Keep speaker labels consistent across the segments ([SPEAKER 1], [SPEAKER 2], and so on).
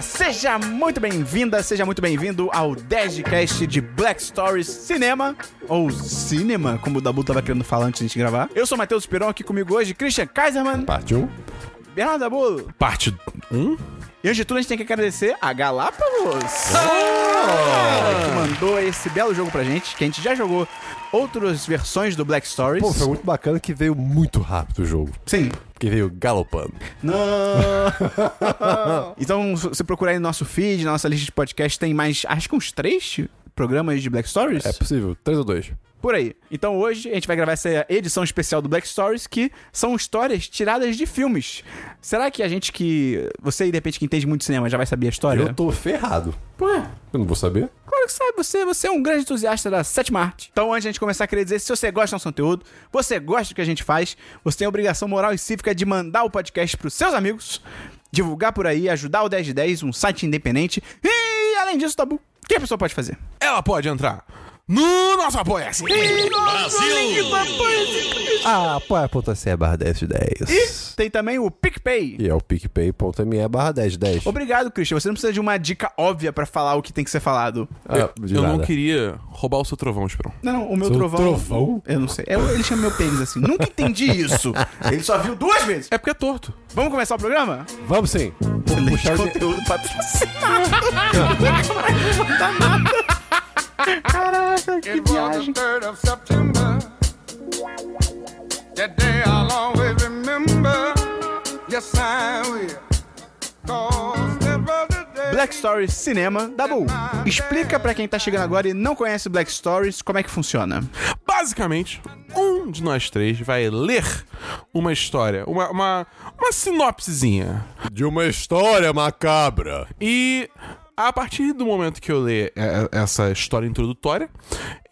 [SPEAKER 1] Seja muito bem-vinda, seja muito bem-vindo ao 10 de cast de Black Stories Cinema, ou Cinema, como o Dabu tava querendo falar antes de a gente gravar. Eu sou o Matheus Peron, aqui comigo hoje, Christian Kaiserman,
[SPEAKER 2] Parte 1.
[SPEAKER 1] Bernardo Dabu.
[SPEAKER 2] Parte 1?
[SPEAKER 1] E antes de tudo, a gente tem que agradecer a Galápagos,
[SPEAKER 2] Ah!
[SPEAKER 1] Ah! que mandou esse belo jogo pra gente, que a gente já jogou outras versões do Black Stories.
[SPEAKER 2] Pô, foi um muito bacana que veio muito rápido o jogo.
[SPEAKER 1] Sim.
[SPEAKER 2] Que veio galopando.
[SPEAKER 1] Não! então, se você procurar aí no nosso feed, na nossa lista de podcast, tem mais, acho que uns três programas de Black Stories?
[SPEAKER 2] É possível, 3 ou 2.
[SPEAKER 1] Por aí. Então, hoje a gente vai gravar essa edição especial do Black Stories, que são histórias tiradas de filmes. Será que a gente que. Você aí, de repente, que entende muito cinema, já vai saber a história?
[SPEAKER 2] Eu tô ferrado.
[SPEAKER 1] Pô,
[SPEAKER 2] Eu não vou saber.
[SPEAKER 1] Claro que sabe, você, você é um grande entusiasta da sétima arte. Então, antes de a gente começar, queria dizer, se você gosta do nosso conteúdo, você gosta do que a gente faz, você tem a obrigação moral e cívica de mandar o podcast pros seus amigos, divulgar por aí, ajudar o 10 de 10, um site independente. E, além disso, Tabu, o que a pessoa pode fazer?
[SPEAKER 3] ela pode entrar no nosso Apoia-se.
[SPEAKER 2] Ah, apoia.se barra 1010.
[SPEAKER 1] Tem também o PicPay.
[SPEAKER 2] E é o picpay.me barra 1010.
[SPEAKER 1] Obrigado, Christian. Você não precisa de uma dica óbvia pra falar o que tem que ser falado.
[SPEAKER 2] Ah, de
[SPEAKER 3] Eu não
[SPEAKER 2] nada.
[SPEAKER 3] queria roubar o seu trovão, Esperão.
[SPEAKER 1] Não, não, o meu
[SPEAKER 2] Seu
[SPEAKER 1] trovão.
[SPEAKER 2] trovão?
[SPEAKER 1] Eu não sei. Eu- ele chama meu pênis assim. Nunca entendi isso. Ele só viu duas vezes.
[SPEAKER 3] É porque é torto.
[SPEAKER 1] Vamos começar o programa?
[SPEAKER 2] Vamos sim. Vou puxar o...
[SPEAKER 1] conteúdo patrocinado. Caraca, que
[SPEAKER 4] It was the
[SPEAKER 1] viagem.
[SPEAKER 4] 3rd of September. That day I'll always remember. Yes, I will. 'Cause that was the day.
[SPEAKER 1] Black Stories Cinema, Dabu. Explica pra quem tá chegando agora e não conhece Black Stories como é que funciona.
[SPEAKER 3] Basicamente, um de nós três vai ler uma história, uma, uma, uma sinopsezinha.
[SPEAKER 2] De uma história macabra.
[SPEAKER 3] E a partir do momento que eu ler é, essa história introdutória,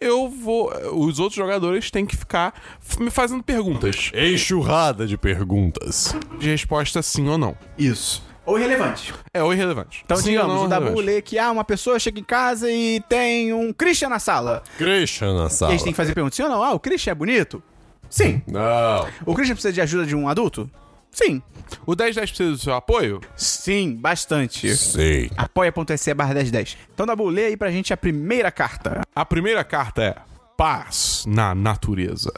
[SPEAKER 3] eu vou. Os outros jogadores têm que ficar f- me fazendo perguntas.
[SPEAKER 2] Enxurrada de perguntas.
[SPEAKER 3] De resposta sim ou não.
[SPEAKER 1] Isso. Ou irrelevante.
[SPEAKER 3] É ou irrelevante.
[SPEAKER 1] Então,
[SPEAKER 3] Sim ou
[SPEAKER 1] digamos,
[SPEAKER 3] não, é
[SPEAKER 1] o Dabu
[SPEAKER 3] irrelevante.
[SPEAKER 1] lê que ah, uma pessoa chega em casa e tem um Christian na sala.
[SPEAKER 2] Christian na
[SPEAKER 1] E a
[SPEAKER 2] sala.
[SPEAKER 1] gente tem que fazer perguntas. Sim ou não? Ah, o Christian é bonito? Sim.
[SPEAKER 2] Não.
[SPEAKER 1] O Christian precisa de ajuda de um adulto? Sim.
[SPEAKER 3] O 1010 precisa do seu apoio?
[SPEAKER 1] Sim, bastante.
[SPEAKER 2] Sei.
[SPEAKER 1] Apoia.se barra 1010. Então, Dabu, lê aí pra gente a primeira carta.
[SPEAKER 3] A primeira carta é Paz na Natureza.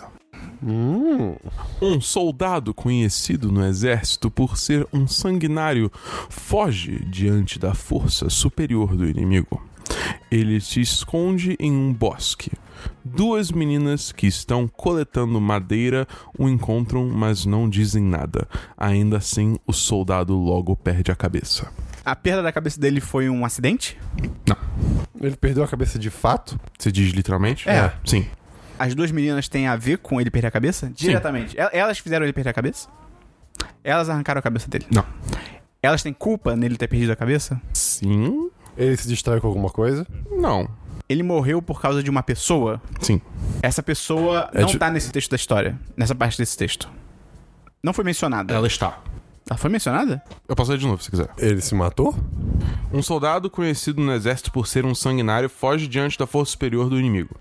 [SPEAKER 3] Um soldado conhecido no exército por ser um sanguinário foge diante da força superior do inimigo. Ele se esconde em um bosque. Duas meninas que estão coletando madeira o encontram, mas não dizem nada. Ainda assim, o soldado logo perde a cabeça.
[SPEAKER 1] A perda da cabeça dele foi um acidente?
[SPEAKER 2] Ele perdeu a cabeça de fato?
[SPEAKER 3] Você diz literalmente?
[SPEAKER 1] É.
[SPEAKER 3] Sim.
[SPEAKER 1] As duas meninas têm a ver com ele perder a cabeça? Diretamente. El- Elas fizeram ele perder a cabeça? Elas arrancaram a cabeça dele.
[SPEAKER 3] Não.
[SPEAKER 1] Elas têm culpa nele ter perdido a cabeça?
[SPEAKER 3] Sim?
[SPEAKER 2] Ele se distraiu com alguma coisa?
[SPEAKER 3] Não.
[SPEAKER 1] Ele morreu por causa de uma pessoa?
[SPEAKER 3] Sim.
[SPEAKER 1] Essa pessoa
[SPEAKER 2] É
[SPEAKER 1] não
[SPEAKER 2] ti-
[SPEAKER 1] tá nesse texto da história. Nessa parte desse texto. Não foi mencionada.
[SPEAKER 3] Ela está.
[SPEAKER 1] Ela foi mencionada?
[SPEAKER 3] Eu posso ler de novo se quiser.
[SPEAKER 2] Ele se matou?
[SPEAKER 3] Um soldado conhecido no exército por ser um sanguinário foge diante da força superior do inimigo.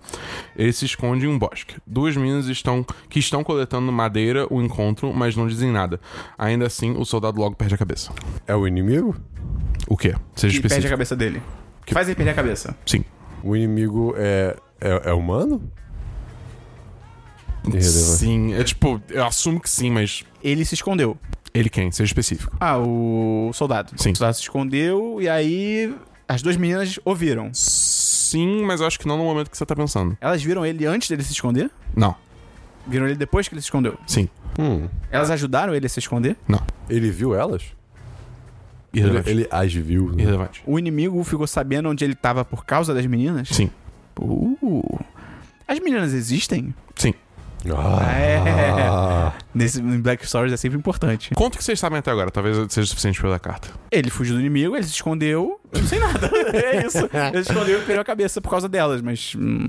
[SPEAKER 3] Ele se esconde em um bosque. Duas meninas estão que estão coletando madeira o encontram, mas não dizem nada. Ainda assim, o soldado logo perde a cabeça.
[SPEAKER 2] É o inimigo?
[SPEAKER 3] O quê? Seja
[SPEAKER 1] Que perde a
[SPEAKER 3] específico.
[SPEAKER 1] cabeça dele. Que faz ele perder a cabeça.
[SPEAKER 3] Sim.
[SPEAKER 2] O inimigo é, é, é humano? Irrelevante.
[SPEAKER 3] Sim, é tipo, eu assumo que sim, mas
[SPEAKER 1] Ele se escondeu.
[SPEAKER 3] ele quem? Seja específico.
[SPEAKER 1] Ah, o soldado.
[SPEAKER 3] Sim.
[SPEAKER 1] O soldado se escondeu e aí as duas meninas ouviram.
[SPEAKER 3] Sim, mas eu acho que não no momento que você tá pensando.
[SPEAKER 1] Elas viram ele antes dele se esconder?
[SPEAKER 3] Não.
[SPEAKER 1] Viram ele depois que ele se escondeu?
[SPEAKER 3] Sim.
[SPEAKER 2] Hum.
[SPEAKER 1] Elas ajudaram ele a se esconder?
[SPEAKER 3] Não.
[SPEAKER 2] Ele viu elas? Ele,
[SPEAKER 3] Irrelevante.
[SPEAKER 2] ele as viu. né?
[SPEAKER 3] Irrelevante.
[SPEAKER 1] O inimigo ficou sabendo onde ele tava por causa das meninas?
[SPEAKER 3] Sim.
[SPEAKER 1] Uh. As meninas existem? É.
[SPEAKER 3] Sim. Ah.
[SPEAKER 2] Ah,
[SPEAKER 1] Nesse em Black Stories é sempre importante.
[SPEAKER 3] Quanto que vocês sabem até agora? Talvez seja suficiente pra eu dar carta.
[SPEAKER 1] Ele fugiu do inimigo, ele se escondeu, sem nada. é isso. Ele se escondeu e perdeu a cabeça por causa delas, mas hum,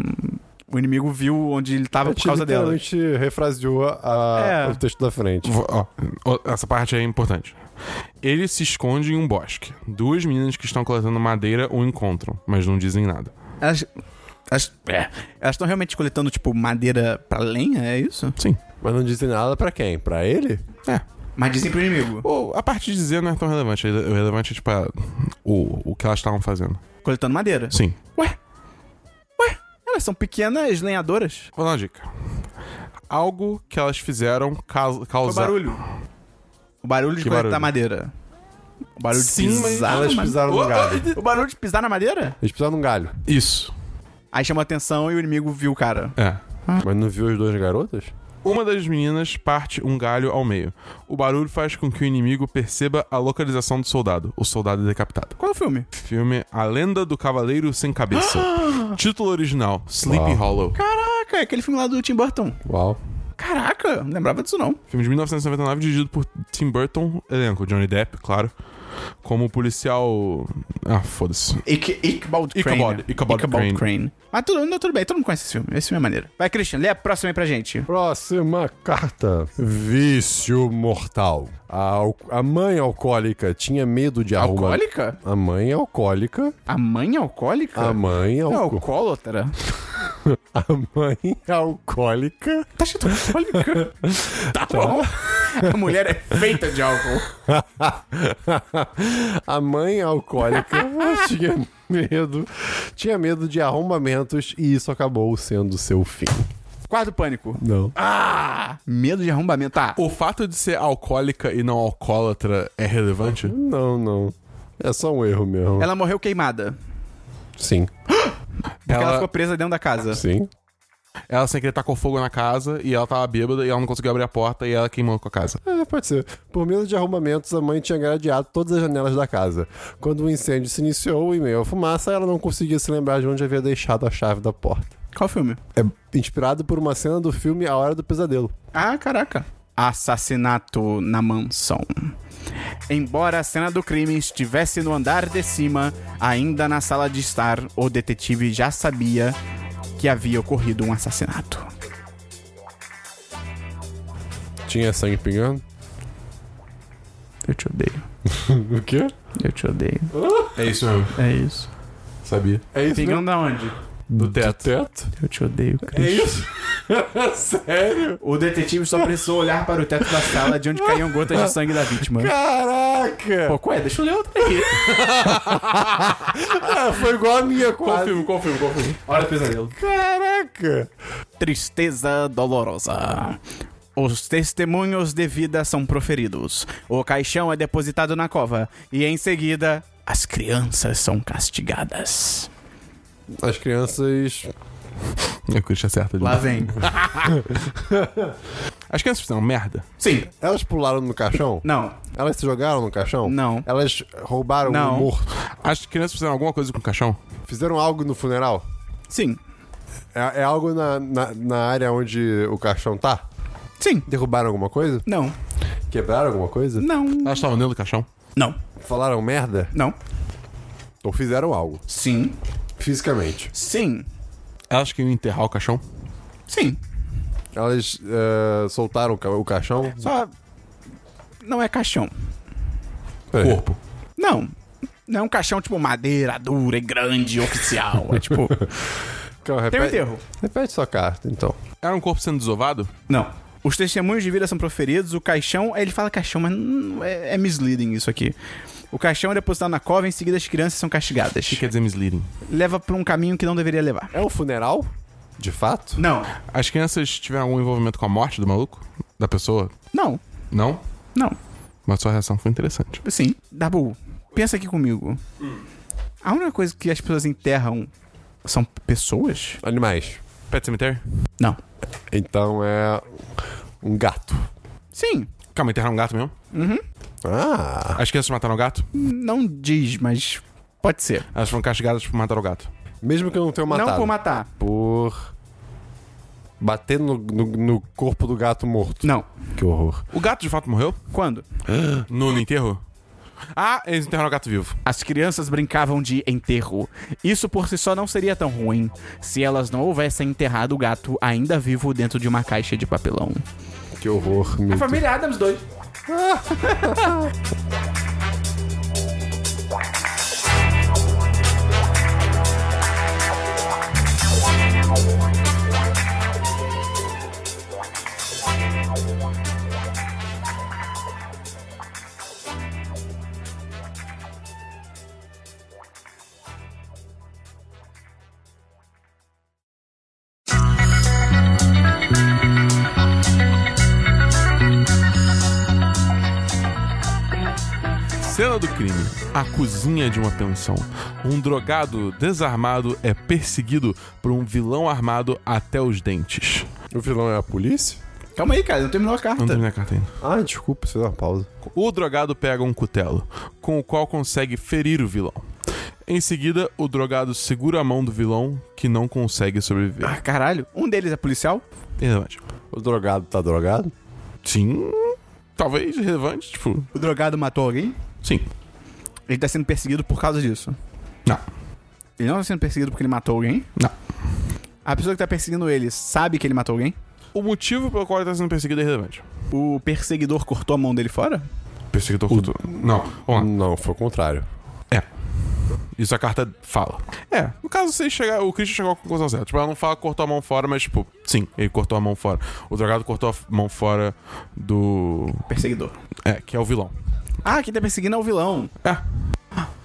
[SPEAKER 1] o inimigo viu onde ele tava por causa delas.
[SPEAKER 2] É, literalmente refraseou a-
[SPEAKER 1] É.
[SPEAKER 2] o texto da frente.
[SPEAKER 3] Vo- ó, ó, essa parte aí é importante. Ele se esconde em um bosque. Duas meninas que estão coletando madeira o encontram, mas não dizem nada.
[SPEAKER 1] Elas. Elas é, estão realmente coletando, tipo, madeira pra lenha, é isso?
[SPEAKER 3] Sim.
[SPEAKER 2] Mas não dizem nada pra quem? Pra ele?
[SPEAKER 3] É.
[SPEAKER 1] Mas dizem pro inimigo.
[SPEAKER 3] Ou a parte de dizer não é tão relevante. O relevante é, tipo, a- o, o que elas estavam fazendo.
[SPEAKER 1] Coletando madeira.
[SPEAKER 3] Sim.
[SPEAKER 1] Ué? Ué? Elas são pequenas lenhadoras.
[SPEAKER 3] Vou dar uma dica. Algo que elas fizeram caus-
[SPEAKER 1] Foi
[SPEAKER 3] causar...
[SPEAKER 1] barulho. O barulho de
[SPEAKER 3] Que
[SPEAKER 1] coletar
[SPEAKER 3] barulho?
[SPEAKER 1] madeira. O barulho de
[SPEAKER 3] Sim,
[SPEAKER 1] pisar
[SPEAKER 3] mas
[SPEAKER 2] Elas
[SPEAKER 1] na madeira.
[SPEAKER 2] pisaram num galho.
[SPEAKER 1] O barulho de pisar na madeira?
[SPEAKER 2] Eles pisaram num galho.
[SPEAKER 3] Isso.
[SPEAKER 1] Aí chamou atenção e o inimigo viu o cara.
[SPEAKER 3] É.
[SPEAKER 2] Mas não viu as duas garotas?
[SPEAKER 3] Uma das meninas parte um galho ao meio. O barulho faz com que o inimigo perceba a localização do soldado. O soldado é decapitado.
[SPEAKER 1] Qual é o filme?
[SPEAKER 3] Filme A Lenda do Cavaleiro Sem Cabeça. Título original: Sleepy
[SPEAKER 2] Uau.
[SPEAKER 3] Hollow.
[SPEAKER 1] Caraca, é aquele filme lá do Tim Burton.
[SPEAKER 2] Uau.
[SPEAKER 1] Caraca, não lembrava disso não.
[SPEAKER 3] Filme de 1999, dirigido por Tim Burton, elenco Johnny Depp, claro. Como policial. Ah, foda-se.
[SPEAKER 1] Ic Ichabod Crane.
[SPEAKER 3] Ichabod- Ichabod Crane.
[SPEAKER 1] Mas tudo, não, tudo bem, todo mundo conhece esse filme. Esse filme é maneiro. Vai, Christian, lê a próxima aí pra gente.
[SPEAKER 2] Próxima carta. Vício mortal. A, al- a mãe alcoólica tinha medo de arrumar.
[SPEAKER 1] Alcoólica?
[SPEAKER 2] A mãe alcoólica.
[SPEAKER 1] A mãe é alcoólica?
[SPEAKER 2] A mãe
[SPEAKER 1] É
[SPEAKER 2] alco...
[SPEAKER 1] alcoólatra?
[SPEAKER 2] A mãe alcoólica.
[SPEAKER 1] Tá escrito alcoólica? tá bom. A mulher é feita de álcool.
[SPEAKER 2] a mãe alcoólica tinha medo. Tinha medo de arrombamentos e isso acabou sendo seu fim.
[SPEAKER 1] Quarto pânico.
[SPEAKER 2] Não.
[SPEAKER 1] Ah! Medo de arrombamento. Tá.
[SPEAKER 3] O fato de ser alcoólica e não alcoólatra é relevante?
[SPEAKER 2] Não, não. É só um erro mesmo.
[SPEAKER 1] Ela morreu queimada.
[SPEAKER 2] Sim,
[SPEAKER 1] Porque ela...
[SPEAKER 3] Ela-
[SPEAKER 1] ficou presa dentro da casa.
[SPEAKER 2] sim.
[SPEAKER 3] Ela sem querer tacou fogo na casa e ela tava bêbada e ela não conseguiu abrir a porta e ela queimou com a casa.
[SPEAKER 2] É, pode ser. Por medo de arrumamentos, a mãe tinha gradeado todas as janelas da casa. Quando o incêndio se iniciou, em meio à fumaça, ela não conseguia se lembrar de onde havia deixado a chave da porta.
[SPEAKER 1] Qual filme?
[SPEAKER 2] É inspirado por uma cena do filme A Hora do Pesadelo.
[SPEAKER 1] Ah, caraca. Assassinato na mansão. Embora a cena do crime estivesse no andar de cima, ainda na sala de estar, o detetive já sabia que havia ocorrido um assassinato.
[SPEAKER 2] Tinha sangue pingando?
[SPEAKER 1] Eu te odeio.
[SPEAKER 2] O quê?
[SPEAKER 1] Eu te odeio.
[SPEAKER 3] É isso mesmo.
[SPEAKER 1] É isso.
[SPEAKER 3] Sabia.
[SPEAKER 2] É isso mesmo?
[SPEAKER 1] Pingando da onde?
[SPEAKER 3] Do teto.
[SPEAKER 2] Teto?
[SPEAKER 1] Eu te odeio,
[SPEAKER 2] É isso? Sério?
[SPEAKER 1] O detetive só precisou olhar para o teto da sala de onde caíam gotas de sangue da vítima.
[SPEAKER 2] Caraca!
[SPEAKER 1] Pô, ué, é, deixa eu ler outra aqui.
[SPEAKER 2] Ah, foi igual a minha
[SPEAKER 3] Qual
[SPEAKER 2] quase.
[SPEAKER 3] filme, qual filme, qual filme?
[SPEAKER 1] Olha o pesadelo.
[SPEAKER 2] Caraca!
[SPEAKER 1] Tristeza dolorosa. Os testemunhos de vida são proferidos. O caixão é depositado na cova. E em seguida, as crianças são castigadas.
[SPEAKER 2] As crianças
[SPEAKER 3] É o Christian acerta de novo.
[SPEAKER 1] vem.
[SPEAKER 3] As crianças fizeram merda.
[SPEAKER 1] Sim.
[SPEAKER 2] Elas pularam no caixão?
[SPEAKER 1] Não.
[SPEAKER 2] Elas se jogaram no caixão?
[SPEAKER 1] Não.
[SPEAKER 2] Elas roubaram
[SPEAKER 1] Não.
[SPEAKER 2] um morto?
[SPEAKER 3] As crianças fizeram alguma coisa com o caixão?
[SPEAKER 2] Fizeram algo no funeral?
[SPEAKER 1] Sim.
[SPEAKER 2] É, é algo na, na, na área onde o caixão tá?
[SPEAKER 1] Sim.
[SPEAKER 2] Derrubaram alguma coisa?
[SPEAKER 1] Não.
[SPEAKER 2] Quebraram alguma coisa?
[SPEAKER 1] Não.
[SPEAKER 3] Elas estavam dentro do caixão?
[SPEAKER 1] Não.
[SPEAKER 2] Falaram merda?
[SPEAKER 1] Não.
[SPEAKER 2] Ou fizeram algo?
[SPEAKER 1] Sim.
[SPEAKER 2] Fisicamente.
[SPEAKER 1] Sim.
[SPEAKER 3] Elas queriam enterrar o caixão?
[SPEAKER 1] Sim.
[SPEAKER 2] Elas eh, soltaram o ca- o caixão?
[SPEAKER 1] Só. Não é caixão.
[SPEAKER 2] Peraí.
[SPEAKER 3] Corpo.
[SPEAKER 1] Não. Não é um caixão tipo madeira dura e grande oficial. É tipo.
[SPEAKER 2] Calma,
[SPEAKER 1] Tem um
[SPEAKER 2] repete,
[SPEAKER 1] enterro.
[SPEAKER 2] repete sua carta, então.
[SPEAKER 3] Era um corpo sendo desovado?
[SPEAKER 1] Não. Os testemunhos de vida são proferidos, o caixão. Ele fala caixão, mas hum, é, é misleading isso aqui. O caixão é depositado na cova, em seguida as crianças são castigadas.
[SPEAKER 3] O que quer dizer misleading?
[SPEAKER 1] Leva pra um caminho que não deveria levar.
[SPEAKER 2] É um funeral? De fato?
[SPEAKER 1] Não.
[SPEAKER 3] As crianças tiveram algum envolvimento com a morte do maluco? Da pessoa?
[SPEAKER 1] Não.
[SPEAKER 3] Não?
[SPEAKER 1] Não.
[SPEAKER 3] Mas sua reação foi interessante.
[SPEAKER 1] Sim. Dabu, pensa aqui comigo. A única coisa que as pessoas enterram são pessoas?
[SPEAKER 2] Animais.
[SPEAKER 3] Pet Cemetery?
[SPEAKER 1] Não.
[SPEAKER 2] Então é um gato.
[SPEAKER 1] Sim.
[SPEAKER 3] Calma, enterraram um gato mesmo?
[SPEAKER 2] Ah!
[SPEAKER 3] As crianças mataram o gato?
[SPEAKER 1] Não diz, mas pode ser.
[SPEAKER 3] Elas foram castigadas por matar o gato.
[SPEAKER 2] Mesmo que eu não tenha matado.
[SPEAKER 1] Não por matar.
[SPEAKER 2] por bater no, no- no corpo do gato morto.
[SPEAKER 1] Não.
[SPEAKER 2] Que horror.
[SPEAKER 3] O gato de fato morreu?
[SPEAKER 1] Quando?
[SPEAKER 3] No, no enterro? Ah, eles enterraram o gato vivo.
[SPEAKER 1] As crianças brincavam de enterro. Isso por si só não seria tão ruim se elas não houvessem enterrado o gato ainda vivo dentro de uma caixa de papelão.
[SPEAKER 2] Que horror. Meu Deus.
[SPEAKER 1] Família Adams 2.
[SPEAKER 3] Cena do crime: a cozinha de uma pensão. Um drogado desarmado é perseguido por um vilão armado até os dentes.
[SPEAKER 2] O vilão é a polícia?
[SPEAKER 1] Calma aí, cara, não terminou a
[SPEAKER 3] Não
[SPEAKER 1] carta.
[SPEAKER 3] terminei a carta ainda.
[SPEAKER 2] Ah, desculpa, você dá uma pausa.
[SPEAKER 3] O drogado pega um cutelo, com o qual consegue ferir o vilão. Em seguida, o drogado segura a mão do vilão, que não consegue sobreviver.
[SPEAKER 1] Ah, caralho. Um deles é policial?
[SPEAKER 3] Relevante.
[SPEAKER 2] O drogado tá drogado?
[SPEAKER 3] Sim. Talvez relevante, tipo.
[SPEAKER 1] O drogado matou alguém?
[SPEAKER 3] Sim.
[SPEAKER 1] Ele tá sendo perseguido por causa disso.
[SPEAKER 3] Não.
[SPEAKER 1] Ele não tá sendo perseguido porque ele matou alguém?
[SPEAKER 3] Não.
[SPEAKER 1] A pessoa que tá perseguindo ele sabe que ele matou alguém?
[SPEAKER 3] O motivo pelo qual ele tá sendo perseguido é relevante.
[SPEAKER 1] O perseguidor cortou a mão dele fora?
[SPEAKER 3] Perseguidor culto. Não, vamos lá.
[SPEAKER 2] Não, foi o contrário.
[SPEAKER 3] É. Isso a carta fala. É, no caso, você chegar, o Christian chegou à conclusão certa. Tipo, ela não fala que cortou a mão fora, mas, tipo, sim, ele cortou a mão fora. O drogado cortou a f- mão fora do.
[SPEAKER 1] Perseguidor.
[SPEAKER 3] É, que é o vilão.
[SPEAKER 1] Ah, quem tá perseguindo é o vilão.
[SPEAKER 3] É.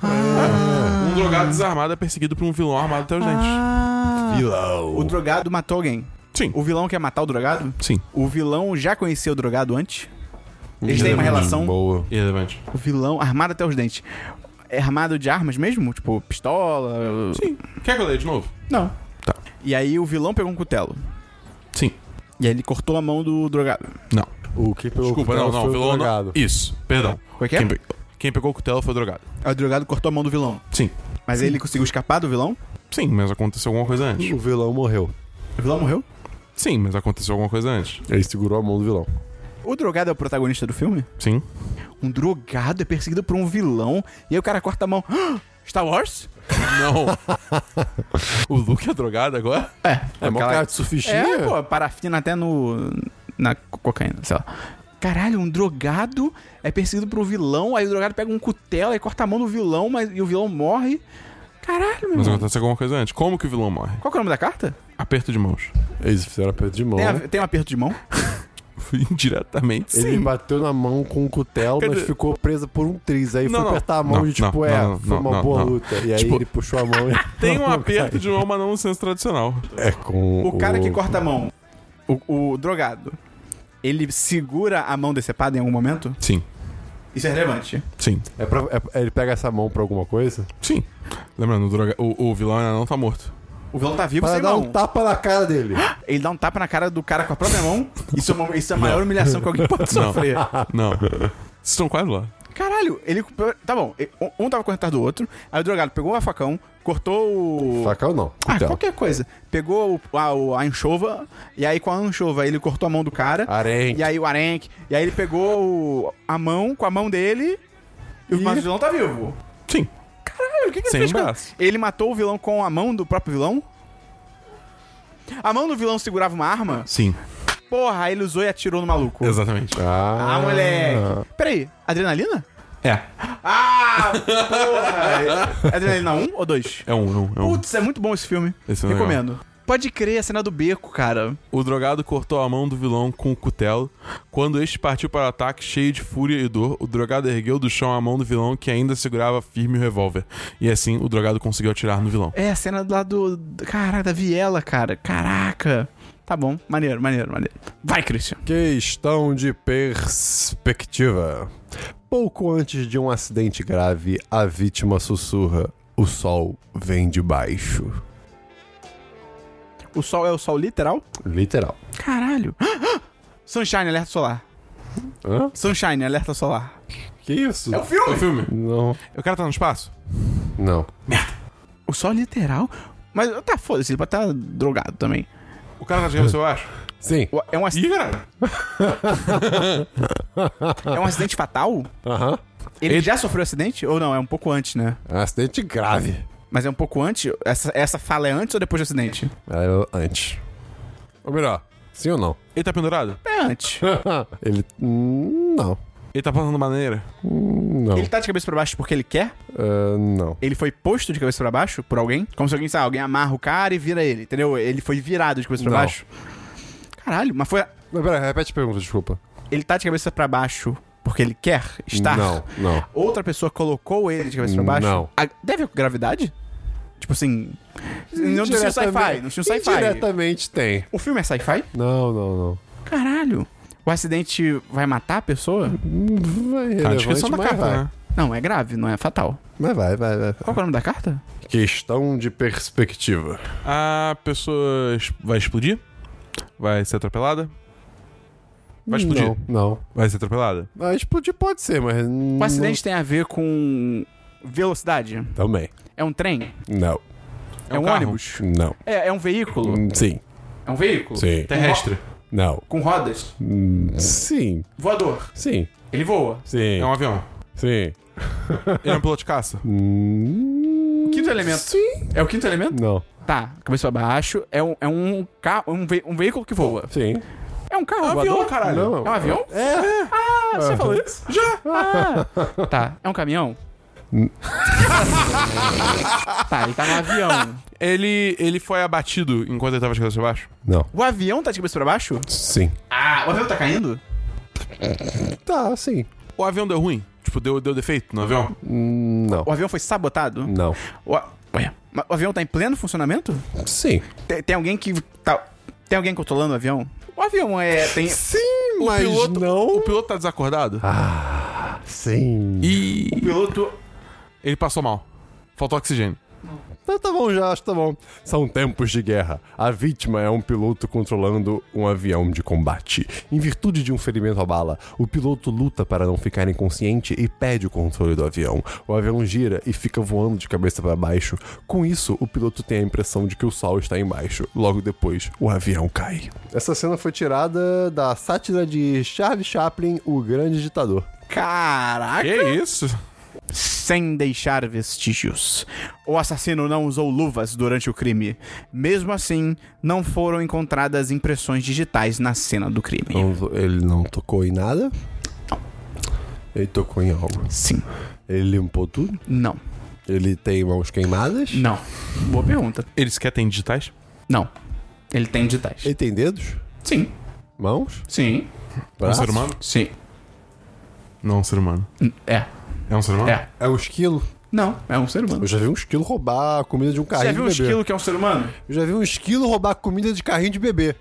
[SPEAKER 3] Um drogado desarmado é perseguido por um vilão armado até os dentes.
[SPEAKER 1] Ah.
[SPEAKER 3] Ah.
[SPEAKER 2] Vilão.
[SPEAKER 1] O drogado matou alguém.
[SPEAKER 3] Sim.
[SPEAKER 1] O vilão quer matar o drogado?
[SPEAKER 3] Sim.
[SPEAKER 1] O vilão já conhecia o drogado antes? Eles
[SPEAKER 3] Hum,
[SPEAKER 1] têm uma relação?
[SPEAKER 2] Hum, Boa.
[SPEAKER 3] Irrelevante.
[SPEAKER 1] O vilão armado até os dentes. É armado de armas mesmo? Tipo, pistola?
[SPEAKER 3] Sim. Quer que eu leia de novo?
[SPEAKER 1] Não.
[SPEAKER 3] Tá.
[SPEAKER 1] E aí o vilão pegou um cutelo.
[SPEAKER 3] Sim.
[SPEAKER 1] E aí ele cortou a mão do drogado.
[SPEAKER 3] Não.
[SPEAKER 2] O que pegou
[SPEAKER 3] Desculpa,
[SPEAKER 2] o
[SPEAKER 3] não,
[SPEAKER 2] cutelo foi
[SPEAKER 3] não. O vilão não.
[SPEAKER 2] drogado.
[SPEAKER 3] Isso, perdão.
[SPEAKER 1] Como é que é?
[SPEAKER 3] Quem, pe- Quem pegou o cutelo foi o drogado.
[SPEAKER 1] Aí o drogado cortou a mão do vilão.
[SPEAKER 3] Sim.
[SPEAKER 1] Mas ele conseguiu escapar do vilão?
[SPEAKER 3] Sim, mas aconteceu alguma coisa antes.
[SPEAKER 2] O vilão morreu.
[SPEAKER 1] O vilão morreu?
[SPEAKER 3] Sim, mas aconteceu alguma coisa antes.
[SPEAKER 2] Ele segurou a mão do vilão.
[SPEAKER 1] O drogado é o protagonista do filme?
[SPEAKER 3] Sim.
[SPEAKER 1] Um drogado é perseguido por um vilão e aí o cara corta a mão. Star Wars?
[SPEAKER 3] Não. o Luke é drogado agora?
[SPEAKER 2] É, mó
[SPEAKER 1] aquela-
[SPEAKER 2] cara de surfistinha?
[SPEAKER 1] É, pô, parafina até no. na co- cocaína, sei lá. Caralho, um drogado é perseguido por um vilão, aí o drogado pega um cutelo e corta a mão do vilão, mas e o vilão morre. Caralho, meu
[SPEAKER 3] Mas
[SPEAKER 1] irmão.
[SPEAKER 3] aconteceu alguma coisa antes. Como que o vilão morre?
[SPEAKER 1] Qual que é o nome da carta?
[SPEAKER 3] Aperto de mãos.
[SPEAKER 2] Eles fizeram aperto de mão.
[SPEAKER 1] Tem, a- tem um aperto de mão?
[SPEAKER 3] Indiretamente,
[SPEAKER 2] Ele
[SPEAKER 3] sim.
[SPEAKER 2] bateu na mão com o cutelo,
[SPEAKER 3] Quer
[SPEAKER 2] mas
[SPEAKER 3] dizer-
[SPEAKER 2] ficou preso por um triz. Aí
[SPEAKER 3] Não,
[SPEAKER 2] foi
[SPEAKER 3] não,
[SPEAKER 2] apertar a mão
[SPEAKER 3] não,
[SPEAKER 2] e tipo,
[SPEAKER 3] não,
[SPEAKER 2] é,
[SPEAKER 3] não, não,
[SPEAKER 2] foi uma
[SPEAKER 3] não,
[SPEAKER 2] boa
[SPEAKER 3] não.
[SPEAKER 2] luta. E aí
[SPEAKER 3] Tipo,
[SPEAKER 2] ele puxou a mão e...
[SPEAKER 3] Tem um aperto de mão, mas não no senso tradicional.
[SPEAKER 2] É com
[SPEAKER 1] O cara que corta a mão, o, o drogado, ele segura a mão decepada em algum momento?
[SPEAKER 3] Sim.
[SPEAKER 1] Isso é relevante.
[SPEAKER 3] Sim.
[SPEAKER 2] É pra- é- ele pega essa mão pra alguma coisa?
[SPEAKER 3] Sim. Lembrando, o, droga- o- o vilão ainda não tá morto.
[SPEAKER 1] O vilão tá vivo
[SPEAKER 2] Pra
[SPEAKER 1] sem
[SPEAKER 2] dar
[SPEAKER 1] mão.
[SPEAKER 2] um tapa na cara dele.
[SPEAKER 1] Ele dá um tapa na cara do cara com a própria mão. Isso é, uma- isso é a maior humilhação que alguém pode
[SPEAKER 3] Não.
[SPEAKER 1] sofrer.
[SPEAKER 3] Não. Vocês estão quase lá.
[SPEAKER 1] Caralho, ele. Tá bom, um- um tava correndo atrás do outro, aí o drogado pegou o facão, cortou o.
[SPEAKER 2] Facão não. Então.
[SPEAKER 1] Ah,
[SPEAKER 2] cutelo.
[SPEAKER 1] qualquer coisa. Pegou o- a, o- a anchova, e aí com a anchova ele cortou a mão do cara,
[SPEAKER 3] é?
[SPEAKER 2] Arenque.
[SPEAKER 1] e aí o arenque, e aí ele pegou o- a mão com a mão dele, e o mas o vilão tá vivo.
[SPEAKER 3] Sim.
[SPEAKER 1] Caralho, o que, que ele
[SPEAKER 3] Sem
[SPEAKER 1] fez? com-
[SPEAKER 3] braço.
[SPEAKER 1] Ele matou o vilão com a mão do próprio vilão? A mão do vilão segurava uma arma?
[SPEAKER 3] Sim.
[SPEAKER 1] Porra, aí ele usou e atirou no maluco.
[SPEAKER 3] Exatamente.
[SPEAKER 2] Ah,
[SPEAKER 1] Ah, moleque. Peraí, adrenalina?
[SPEAKER 3] É.
[SPEAKER 1] Ah, porra! É, Adrenalina 1 ou 2?
[SPEAKER 3] É um, é um, é um.
[SPEAKER 1] Putz, é muito bom esse filme.
[SPEAKER 3] Esse é legal.
[SPEAKER 1] Recomendo. Pode crer, a cena do beco, cara.
[SPEAKER 3] O drogado cortou a mão do vilão com o cutelo. Quando este partiu para o ataque, cheio de fúria e dor, o drogado ergueu do chão a mão do vilão que ainda segurava firme o revólver. E assim, o drogado conseguiu atirar no vilão.
[SPEAKER 1] É, a cena lá do... do- Caraca, da viela, cara. Caraca. Tá bom, maneiro, maneiro, maneiro. Vai, Christian.
[SPEAKER 2] Questão de perspectiva. Pouco antes de um acidente grave, a vítima sussurra: O sol vem de baixo.
[SPEAKER 1] O sol é o sol literal?
[SPEAKER 2] Literal.
[SPEAKER 1] Caralho. Sunshine, alerta solar.
[SPEAKER 2] Hã?
[SPEAKER 1] Sunshine, alerta solar.
[SPEAKER 2] Que isso?
[SPEAKER 3] filme? É o filme.
[SPEAKER 2] Não.
[SPEAKER 3] O cara tá no espaço?
[SPEAKER 2] Não.
[SPEAKER 1] O sol literal? Mas tá, foda-se, ele pode estar drogado também.
[SPEAKER 3] O cara tá de cabeça baixo?
[SPEAKER 2] Sim.
[SPEAKER 1] Ué, É um, ac-
[SPEAKER 3] Ih, caralho.
[SPEAKER 1] é um acidente fatal?
[SPEAKER 2] Aham.
[SPEAKER 1] Ele, já sofreu acidente? Ou não? É um pouco antes, né?
[SPEAKER 2] É um Acidente grave.
[SPEAKER 1] Mas é um pouco antes? Essa, essa fala é antes ou depois do acidente?
[SPEAKER 2] É, eu- antes. Ou melhor, sim ou não?
[SPEAKER 3] Ele tá pendurado?
[SPEAKER 1] É antes.
[SPEAKER 2] Ele. hum, Não.
[SPEAKER 3] Ele tá passando maneira?
[SPEAKER 2] Hum, Não.
[SPEAKER 1] Ele tá de cabeça pra baixo porque ele quer?
[SPEAKER 2] Ah, não.
[SPEAKER 1] Ele foi posto de cabeça pra baixo por alguém? Como se alguém, sabe, alguém amarra o cara e vira ele, entendeu? Ele foi virado de cabeça pra
[SPEAKER 2] Não.
[SPEAKER 1] baixo. Caralho, mas foi.
[SPEAKER 2] Mas pera, repete a pergunta, desculpa.
[SPEAKER 1] Ele tá de cabeça pra baixo porque ele quer estar?
[SPEAKER 2] Não, não.
[SPEAKER 1] Outra pessoa colocou ele de cabeça pra baixo?
[SPEAKER 2] Não.
[SPEAKER 1] A- deve a gravidade? Tipo assim. Não tinha um sci-fi. Não tinha um sci-fi.
[SPEAKER 2] Diretamente tem.
[SPEAKER 1] O filme é sci-fi?
[SPEAKER 2] Não, não, não.
[SPEAKER 1] Caralho. O acidente vai matar a pessoa?
[SPEAKER 2] Vai
[SPEAKER 3] Tá na
[SPEAKER 2] relevante,
[SPEAKER 3] descrição da
[SPEAKER 2] mas
[SPEAKER 3] carta,
[SPEAKER 2] vai.
[SPEAKER 3] né?
[SPEAKER 1] Não, é grave, não é fatal.
[SPEAKER 2] Mas vai, vai, vai.
[SPEAKER 1] Qual que é o nome da carta?
[SPEAKER 2] Questão de perspectiva.
[SPEAKER 3] A pessoa es- vai explodir? Vai ser atropelada? Vai explodir?
[SPEAKER 2] Não, não.
[SPEAKER 3] Vai ser atropelada?
[SPEAKER 2] Ah, explodir pode ser, mas.
[SPEAKER 1] O Um acidente tem a ver com velocidade?
[SPEAKER 2] Também.
[SPEAKER 1] É um trem?
[SPEAKER 2] Não.
[SPEAKER 1] É, um
[SPEAKER 3] carro?
[SPEAKER 1] ônibus?
[SPEAKER 2] Não.
[SPEAKER 1] É, é um veículo?
[SPEAKER 2] Hum, Sim.
[SPEAKER 1] É um veículo?
[SPEAKER 2] Sim.
[SPEAKER 3] Terrestre?
[SPEAKER 2] Não.
[SPEAKER 1] Com rodas?
[SPEAKER 2] Hum, Sim.
[SPEAKER 1] Voador?
[SPEAKER 2] Sim.
[SPEAKER 1] Ele voa?
[SPEAKER 2] Sim.
[SPEAKER 3] É um avião?
[SPEAKER 2] Sim.
[SPEAKER 3] Ele é um piloto de caça?
[SPEAKER 2] Hum,
[SPEAKER 1] Quinto elemento?
[SPEAKER 2] Sim.
[SPEAKER 1] É o quinto elemento?
[SPEAKER 2] Não.
[SPEAKER 1] Tá, cabeça pra baixo. É um, é um carro, um, ve- um veículo que voa.
[SPEAKER 2] Sim.
[SPEAKER 1] É um carro voador?
[SPEAKER 3] caralho.
[SPEAKER 2] Não.
[SPEAKER 1] É um avião?
[SPEAKER 2] É.
[SPEAKER 1] Ah, você falou isso? Já! Ah, tá, é um caminhão? tá, ele tá no avião.
[SPEAKER 3] Ele, ele foi abatido enquanto ele tava de cabeça pra baixo?
[SPEAKER 2] Não.
[SPEAKER 1] O avião tá de cabeça pra baixo?
[SPEAKER 2] Sim.
[SPEAKER 1] Ah, o avião tá caindo?
[SPEAKER 2] Tá, sim.
[SPEAKER 3] O avião deu ruim? Tipo, deu, deu defeito no avião?
[SPEAKER 2] Hum, Não.
[SPEAKER 1] O avião foi sabotado?
[SPEAKER 2] Não.
[SPEAKER 1] O, a- Ué, mas o avião tá em pleno funcionamento?
[SPEAKER 2] Sim.
[SPEAKER 1] Tem, tem alguém que tá... Tem alguém controlando o avião? O avião é... Tem...
[SPEAKER 2] Sim,
[SPEAKER 3] O
[SPEAKER 2] mas
[SPEAKER 3] piloto,
[SPEAKER 2] não. Ah.
[SPEAKER 3] O piloto tá desacordado?
[SPEAKER 2] Sim.
[SPEAKER 3] E
[SPEAKER 1] O piloto...
[SPEAKER 3] ele passou mal. Faltou oxigênio.
[SPEAKER 2] Tá, tá bom já, acho que tá bom. São tempos de guerra. A vítima é um piloto controlando um avião de combate. Em virtude de um ferimento à bala, o piloto luta para não ficar inconsciente e perde o controle do avião. O avião gira e fica voando de cabeça para baixo. Com isso, o piloto tem a impressão de que o sol está embaixo. Logo depois, o avião cai. Essa cena foi tirada da sátira de Charles Chaplin, O Grande Ditador.
[SPEAKER 1] Caraca!
[SPEAKER 3] Que isso?
[SPEAKER 1] sem deixar vestígios. O assassino não usou luvas durante o crime. Mesmo assim, não foram encontradas impressões digitais na cena do crime.
[SPEAKER 2] ele não tocou em nada? Ele tocou em algo.
[SPEAKER 1] Sim.
[SPEAKER 2] Ele limpou tudo?
[SPEAKER 1] Não.
[SPEAKER 2] Ele tem mãos queimadas?
[SPEAKER 1] Não. Boa pergunta.
[SPEAKER 3] Ele sequer tem digitais?
[SPEAKER 1] Não. Ele tem digitais.
[SPEAKER 2] Ele tem dedos?
[SPEAKER 1] Sim.
[SPEAKER 2] Mãos?
[SPEAKER 1] Sim.
[SPEAKER 3] É um
[SPEAKER 2] Braços?
[SPEAKER 3] ser humano?
[SPEAKER 1] Sim.
[SPEAKER 3] Não, um ser humano.
[SPEAKER 1] N- É.
[SPEAKER 3] É um ser humano?
[SPEAKER 1] É.
[SPEAKER 2] É um esquilo?
[SPEAKER 1] Não. É um ser humano.
[SPEAKER 2] Eu já vi um esquilo roubar a comida de um
[SPEAKER 1] Você já
[SPEAKER 2] carrinho
[SPEAKER 1] viu um
[SPEAKER 2] de bebê.
[SPEAKER 1] esquilo que é um ser humano?
[SPEAKER 2] Eu já vi um esquilo roubar a comida de carrinho de bebê.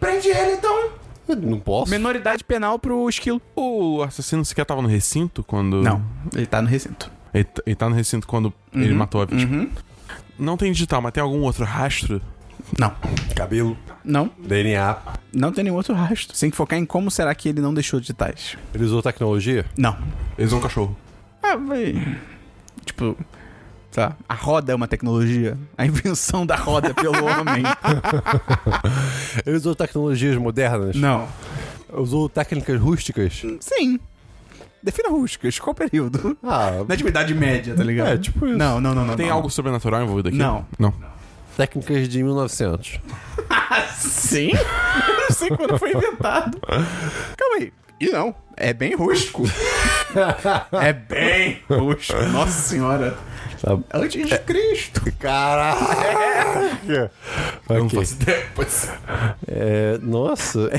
[SPEAKER 1] Prende ele, então.
[SPEAKER 2] Eu não posso.
[SPEAKER 1] Menoridade penal pro esquilo.
[SPEAKER 3] O assassino sequer tava no recinto quando.
[SPEAKER 1] Não. Ele tá no recinto.
[SPEAKER 3] Ele, t- ele tá no recinto quando ele matou a vítima.
[SPEAKER 1] Uhum.
[SPEAKER 3] Não tem digital, mas tem algum outro rastro?
[SPEAKER 1] Não.
[SPEAKER 2] Cabelo,
[SPEAKER 1] Não.
[SPEAKER 2] DNA.
[SPEAKER 1] Não tem nenhum outro rastro. Sem focar em como será que ele não deixou digitais.
[SPEAKER 2] Ele usou tecnologia?
[SPEAKER 1] Não.
[SPEAKER 3] Eles são um cachorro.
[SPEAKER 1] Ah, vai. Tipo. Sei lá, a roda é uma tecnologia. A invenção da roda é pelo homem.
[SPEAKER 2] Ele usou tecnologias modernas?
[SPEAKER 1] Não. Hum.
[SPEAKER 2] Usou técnicas rústicas?
[SPEAKER 1] Sim. Defina rústicas. Qual período?
[SPEAKER 2] Ah,
[SPEAKER 1] Na Idade Média, tá ligado?
[SPEAKER 2] É, tipo isso.
[SPEAKER 1] Não, não, não. não
[SPEAKER 3] Tem
[SPEAKER 1] não.
[SPEAKER 3] algo sobrenatural envolvido aqui?
[SPEAKER 1] Não.
[SPEAKER 3] Não.
[SPEAKER 2] técnicas de 1900.
[SPEAKER 1] Sim? Eu não sei quando foi inventado. Calma aí. E não. É bem rústico. é bem rústico. Nossa Senhora.
[SPEAKER 2] Tá-
[SPEAKER 1] Antes de Cristo.
[SPEAKER 2] Caraca!
[SPEAKER 3] Eu não
[SPEAKER 2] Ok.
[SPEAKER 3] faço ideia. Pode ser.
[SPEAKER 2] É, nossa,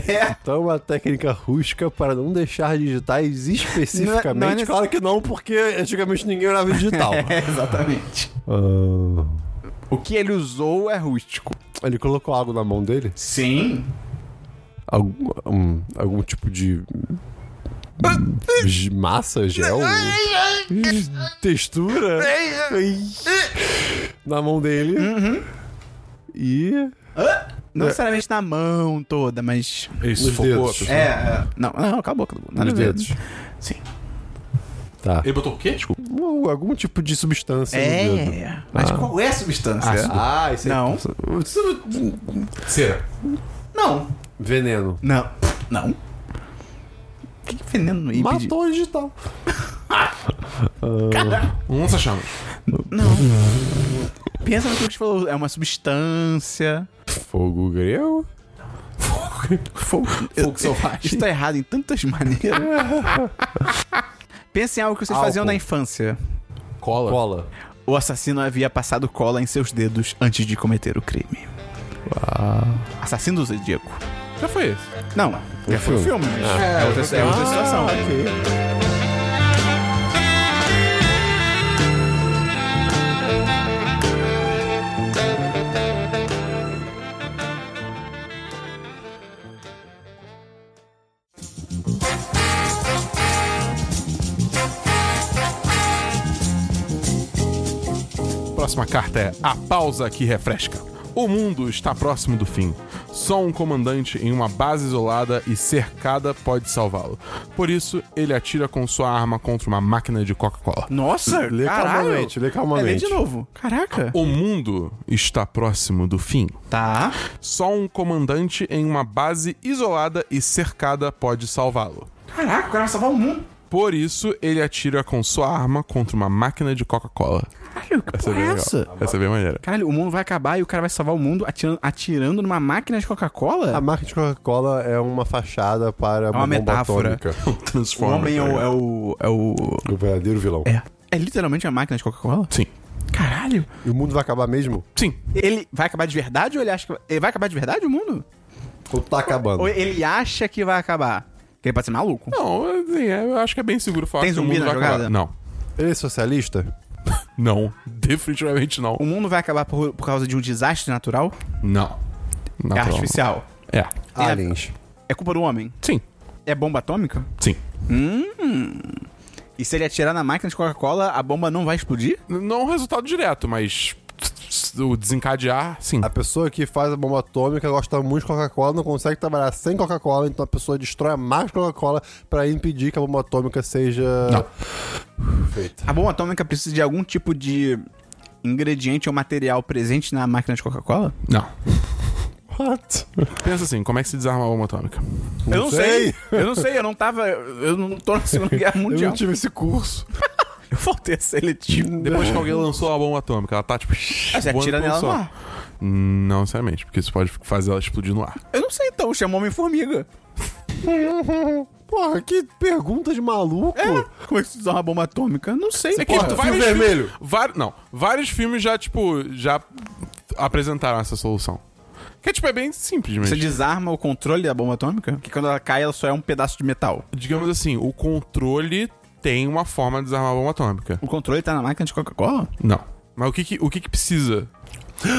[SPEAKER 2] então é uma técnica rústica para não deixar digitais especificamente.
[SPEAKER 1] Não é- não é necess-
[SPEAKER 2] Claro que não, porque antigamente ninguém olhava digital.
[SPEAKER 1] É, exatamente.
[SPEAKER 2] Ah,
[SPEAKER 1] O que ele usou é rústico.
[SPEAKER 2] ele colocou algo na mão dele?
[SPEAKER 1] Sim.
[SPEAKER 2] Algum, um, algum tipo de. de massa, gel? textura? na mão dele. E.
[SPEAKER 1] Não necessariamente na mão toda, mas.
[SPEAKER 3] Ele sufocou a
[SPEAKER 2] dedos.
[SPEAKER 3] pessoa.
[SPEAKER 1] É. é. Não, não, cala a boca. Não é
[SPEAKER 2] Nos dedos.
[SPEAKER 1] Sim.
[SPEAKER 2] Tá.
[SPEAKER 3] Ele botou o quê? Desculpa.
[SPEAKER 2] Um- Algum tipo de substância no dedo.
[SPEAKER 1] É. Mas qual é a substância?
[SPEAKER 2] Ah, isso é aí.
[SPEAKER 1] Não.
[SPEAKER 3] Cera.
[SPEAKER 1] Não.
[SPEAKER 2] Veneno.
[SPEAKER 1] Não. Não. O que que veneno no impedir?
[SPEAKER 2] Matou o digital.
[SPEAKER 3] Um lança-chamas.
[SPEAKER 1] Não. Pensa no que a gente falou. É uma substância.
[SPEAKER 2] Fogo grego?
[SPEAKER 1] Fogo. Fogo selvagem. Isso tá errado em tantas maneiras. Pensa em algo que vocês faziam
[SPEAKER 2] Álcool.
[SPEAKER 1] na infância.
[SPEAKER 3] Cola.
[SPEAKER 2] Cola.
[SPEAKER 1] O assassino havia passado cola em seus dedos antes de cometer o crime. Assassino do Zodíaco.
[SPEAKER 3] Já foi esse.
[SPEAKER 1] Não, já foi o filme, mas é, outra, é outra situação.
[SPEAKER 3] próxima carta é A Pausa que Refresca. O mundo está próximo do fim. Só um comandante em uma base isolada e cercada pode salvá-lo. Por isso, ele atira com sua arma contra uma máquina de Coca-Cola.
[SPEAKER 1] Nossa,
[SPEAKER 2] Lê
[SPEAKER 1] caralho.
[SPEAKER 2] calmamente, lê calmamente.
[SPEAKER 1] É, lê de novo. Caraca.
[SPEAKER 3] O mundo está próximo do fim.
[SPEAKER 1] Tá.
[SPEAKER 3] Só um comandante em uma base isolada e cercada pode salvá-lo.
[SPEAKER 1] Caraca, o cara vai salvar o mundo.
[SPEAKER 3] Por isso, ele atira com sua arma contra uma máquina de Coca-Cola.
[SPEAKER 1] Caralho, que
[SPEAKER 3] Essa
[SPEAKER 1] porra
[SPEAKER 3] é bem
[SPEAKER 1] é
[SPEAKER 3] legal.
[SPEAKER 1] essa?
[SPEAKER 3] Essa é bem maneira.
[SPEAKER 1] Caralho, o mundo vai acabar e o cara vai salvar o mundo atirando, atirando numa máquina de Coca-Cola?
[SPEAKER 2] A marca de Coca-Cola é uma fachada para
[SPEAKER 1] É uma metáfora.
[SPEAKER 2] atômica.
[SPEAKER 1] O
[SPEAKER 3] Transforma.
[SPEAKER 2] tá
[SPEAKER 1] homem é o, é o. É o.
[SPEAKER 2] O verdadeiro vilão.
[SPEAKER 1] É. É literalmente uma máquina de Coca-Cola?
[SPEAKER 3] Sim.
[SPEAKER 1] Caralho.
[SPEAKER 2] E o mundo vai acabar mesmo?
[SPEAKER 3] Sim.
[SPEAKER 1] Ele vai acabar de verdade ou ele acha que. Ele vai acabar de verdade o mundo?
[SPEAKER 2] Ou tá acabando?
[SPEAKER 1] Ou ele acha que vai acabar? Porque ele pode ser maluco.
[SPEAKER 3] Não, assim, é, eu acho que é bem seguro falar
[SPEAKER 1] Tem
[SPEAKER 3] que o
[SPEAKER 1] zumbi na
[SPEAKER 3] mundo vai acabar.
[SPEAKER 1] jogada?
[SPEAKER 3] Não.
[SPEAKER 2] Ele é socialista?
[SPEAKER 3] Não. Definitivamente não.
[SPEAKER 1] O mundo vai acabar por, por causa de um desastre natural?
[SPEAKER 3] Não.
[SPEAKER 1] É
[SPEAKER 3] Natural.
[SPEAKER 1] artificial.
[SPEAKER 3] É.
[SPEAKER 1] a-
[SPEAKER 2] Aliens.
[SPEAKER 1] É culpa do homem?
[SPEAKER 3] Sim.
[SPEAKER 1] É bomba atômica?
[SPEAKER 3] Sim.
[SPEAKER 1] E se ele atirar na máquina de Coca-Cola, a bomba não vai explodir?
[SPEAKER 3] N- Não um resultado direto, mas o desencadear, sim.
[SPEAKER 1] Ah.
[SPEAKER 2] A pessoa que faz a bomba atômica gosta muito de Coca-Cola, não consegue trabalhar sem Coca-Cola, então a pessoa destrói a marca de Coca-Cola para impedir que a bomba atômica seja. Feita.
[SPEAKER 1] A bomba atômica precisa de algum tipo de ingrediente ou material presente na máquina de Coca-Cola?
[SPEAKER 3] Não.
[SPEAKER 2] What?
[SPEAKER 3] Pensa assim, como é que se desarma a bomba atômica?
[SPEAKER 1] Eu não sei. Eu não sei, eu não tava. Eu não tô na Segunda Guerra
[SPEAKER 2] Eu
[SPEAKER 1] Mundial.
[SPEAKER 2] não tive esse curso.
[SPEAKER 1] Eu faltei a
[SPEAKER 2] Tipo,
[SPEAKER 1] seletivo.
[SPEAKER 3] Depois que alguém lançou a bomba atômica, ela tá tipo.
[SPEAKER 1] Ah, Você
[SPEAKER 3] voando
[SPEAKER 1] atira
[SPEAKER 3] pelo
[SPEAKER 1] nela no
[SPEAKER 3] céu.
[SPEAKER 1] ar.
[SPEAKER 3] Hum, Não necessariamente, porque isso pode fazer ela explodir no ar.
[SPEAKER 1] Eu não sei então, chamou homem formiga.
[SPEAKER 2] Porra, que pergunta de maluco. Um
[SPEAKER 1] É. Como é que se desarma uma bomba atômica? Não sei,
[SPEAKER 3] É que
[SPEAKER 1] porra.
[SPEAKER 2] tu vai-
[SPEAKER 3] vários
[SPEAKER 2] fio
[SPEAKER 3] filmes-
[SPEAKER 2] vermelho.
[SPEAKER 3] var- não, vários filmes já, tipo, já apresentaram essa solução. Que, tipo, é bem simples mesmo.
[SPEAKER 1] Você desarma o controle da bomba atômica? Que quando ela cai, ela só é um pedaço de metal.
[SPEAKER 3] Digamos assim, o controle tem uma forma de desarmar a bomba atômica.
[SPEAKER 1] O controle tá na máquina de Coca-Cola?
[SPEAKER 3] Não. Mas o que que, o que, que precisa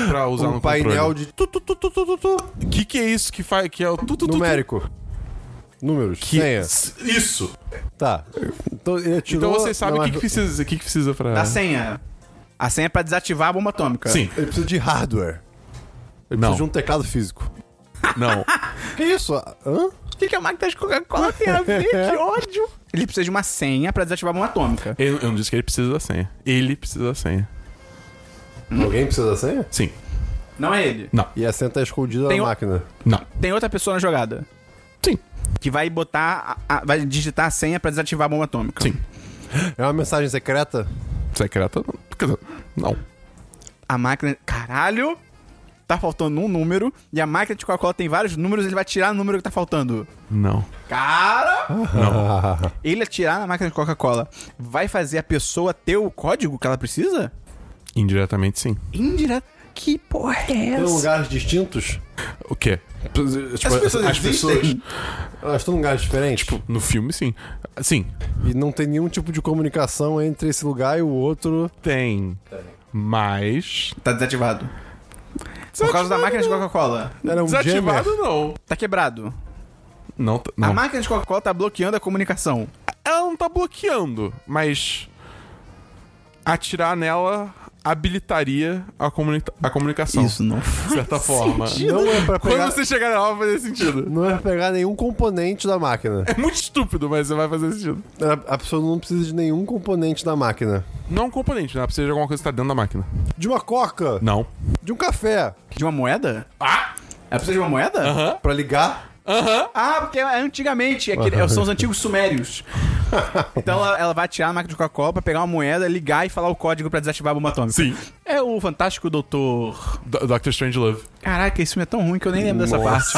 [SPEAKER 3] pra usar
[SPEAKER 2] Um
[SPEAKER 3] no
[SPEAKER 2] painel
[SPEAKER 3] controle?
[SPEAKER 2] de. Tu, tu, tu, tu, tu, tu, tu.
[SPEAKER 3] O que que é isso que faz... Que é o... Tu, tu, tu, tu?
[SPEAKER 2] Numérico. Números.
[SPEAKER 3] Que...
[SPEAKER 2] Senha.
[SPEAKER 3] Isso.
[SPEAKER 2] Tá. Então ele atirou.
[SPEAKER 3] Então você sabe o
[SPEAKER 2] não, é
[SPEAKER 3] que, que precisa, o que, que precisa pra...
[SPEAKER 1] A senha. A senha é pra desativar a bomba atômica.
[SPEAKER 3] É. Sim.
[SPEAKER 2] Ele precisa de hardware. Ele
[SPEAKER 3] Não.
[SPEAKER 2] precisa de um teclado físico.
[SPEAKER 3] Não.
[SPEAKER 2] Que isso? Ah, Hã?
[SPEAKER 1] O que, que a máquina de Coca-Cola tem a ver? que ódio! Ele precisa de uma senha pra desativar a bomba atômica.
[SPEAKER 3] Eu, eu não disse que ele precisa da senha. Ele precisa da senha.
[SPEAKER 2] Alguém precisa da senha?
[SPEAKER 3] Sim.
[SPEAKER 1] Não é ele.
[SPEAKER 2] E a senha tá escondida
[SPEAKER 1] Tem
[SPEAKER 3] um-
[SPEAKER 2] na
[SPEAKER 1] o-
[SPEAKER 2] máquina.
[SPEAKER 3] Não.
[SPEAKER 1] Tem outra pessoa na jogada
[SPEAKER 3] Sim.
[SPEAKER 1] que vai botar. a- a- vai digitar a senha pra desativar a bomba atômica.
[SPEAKER 3] Sim.
[SPEAKER 2] É uma mensagem secreta?
[SPEAKER 3] Secreta... não. é Quer dizer, não.
[SPEAKER 1] A máquina. Caralho! Tá faltando um número e a máquina de Coca-Cola tem vários números, ele vai tirar o número que tá faltando.
[SPEAKER 3] Não.
[SPEAKER 1] Cara!
[SPEAKER 2] Não.
[SPEAKER 1] Ele atirar na máquina de Coca-Cola vai fazer a pessoa ter o código que ela precisa?
[SPEAKER 3] Indiretamente, sim.
[SPEAKER 1] Indireta. Que porra é
[SPEAKER 2] Tem
[SPEAKER 1] essa?
[SPEAKER 2] lugares distintos?
[SPEAKER 3] O quê?
[SPEAKER 2] Tipo,
[SPEAKER 1] pessoas
[SPEAKER 2] as
[SPEAKER 1] existem?
[SPEAKER 2] pessoas. Elas estão em lugares diferentes. Tipo,
[SPEAKER 3] No filme, sim. Sim.
[SPEAKER 2] e não tem nenhum tipo de comunicação entre esse lugar e o outro.
[SPEAKER 3] Tem. Mas...
[SPEAKER 1] Tá desativado. Por causa da máquina de Coca-Cola.
[SPEAKER 2] Era um
[SPEAKER 3] Desativado,
[SPEAKER 2] jammer.
[SPEAKER 3] não.
[SPEAKER 1] Tá quebrado.
[SPEAKER 3] Não, t- não.
[SPEAKER 1] A máquina de Coca-Cola tá bloqueando a comunicação.
[SPEAKER 3] Ah, Ela não tá bloqueando, mas atirar nela habilitaria a, comuni a comunicação.
[SPEAKER 1] não
[SPEAKER 3] De certa forma.
[SPEAKER 2] Não é pra pegar.
[SPEAKER 3] Quando você chegar nela, vai fazer sentido.
[SPEAKER 2] Não é pra pegar nenhum componente da máquina.
[SPEAKER 3] É muito estúpido, mas vai fazer sentido.
[SPEAKER 2] A a pessoa não precisa de nenhum componente da máquina.
[SPEAKER 3] Não é um componente, né? Precisa de alguma coisa que tá dentro da máquina.
[SPEAKER 2] De uma coca?
[SPEAKER 3] Não.
[SPEAKER 2] De um café?
[SPEAKER 1] De uma moeda?
[SPEAKER 3] Ah!
[SPEAKER 1] É precisa de uma moeda?
[SPEAKER 2] Pra ligar?
[SPEAKER 1] Ah, porque é antigamente. é que- São os antigos sumérios. Então ela, ela vai atirar na máquina de Coca-Cola pra pegar uma moeda, ligar e falar o código pra desativar a bomba atômica.
[SPEAKER 3] Sim.
[SPEAKER 1] É o fantástico doutor...
[SPEAKER 3] Do- Dr. Strange Love.
[SPEAKER 1] Caraca, esse filme é tão ruim que eu nem lembro dessa parte.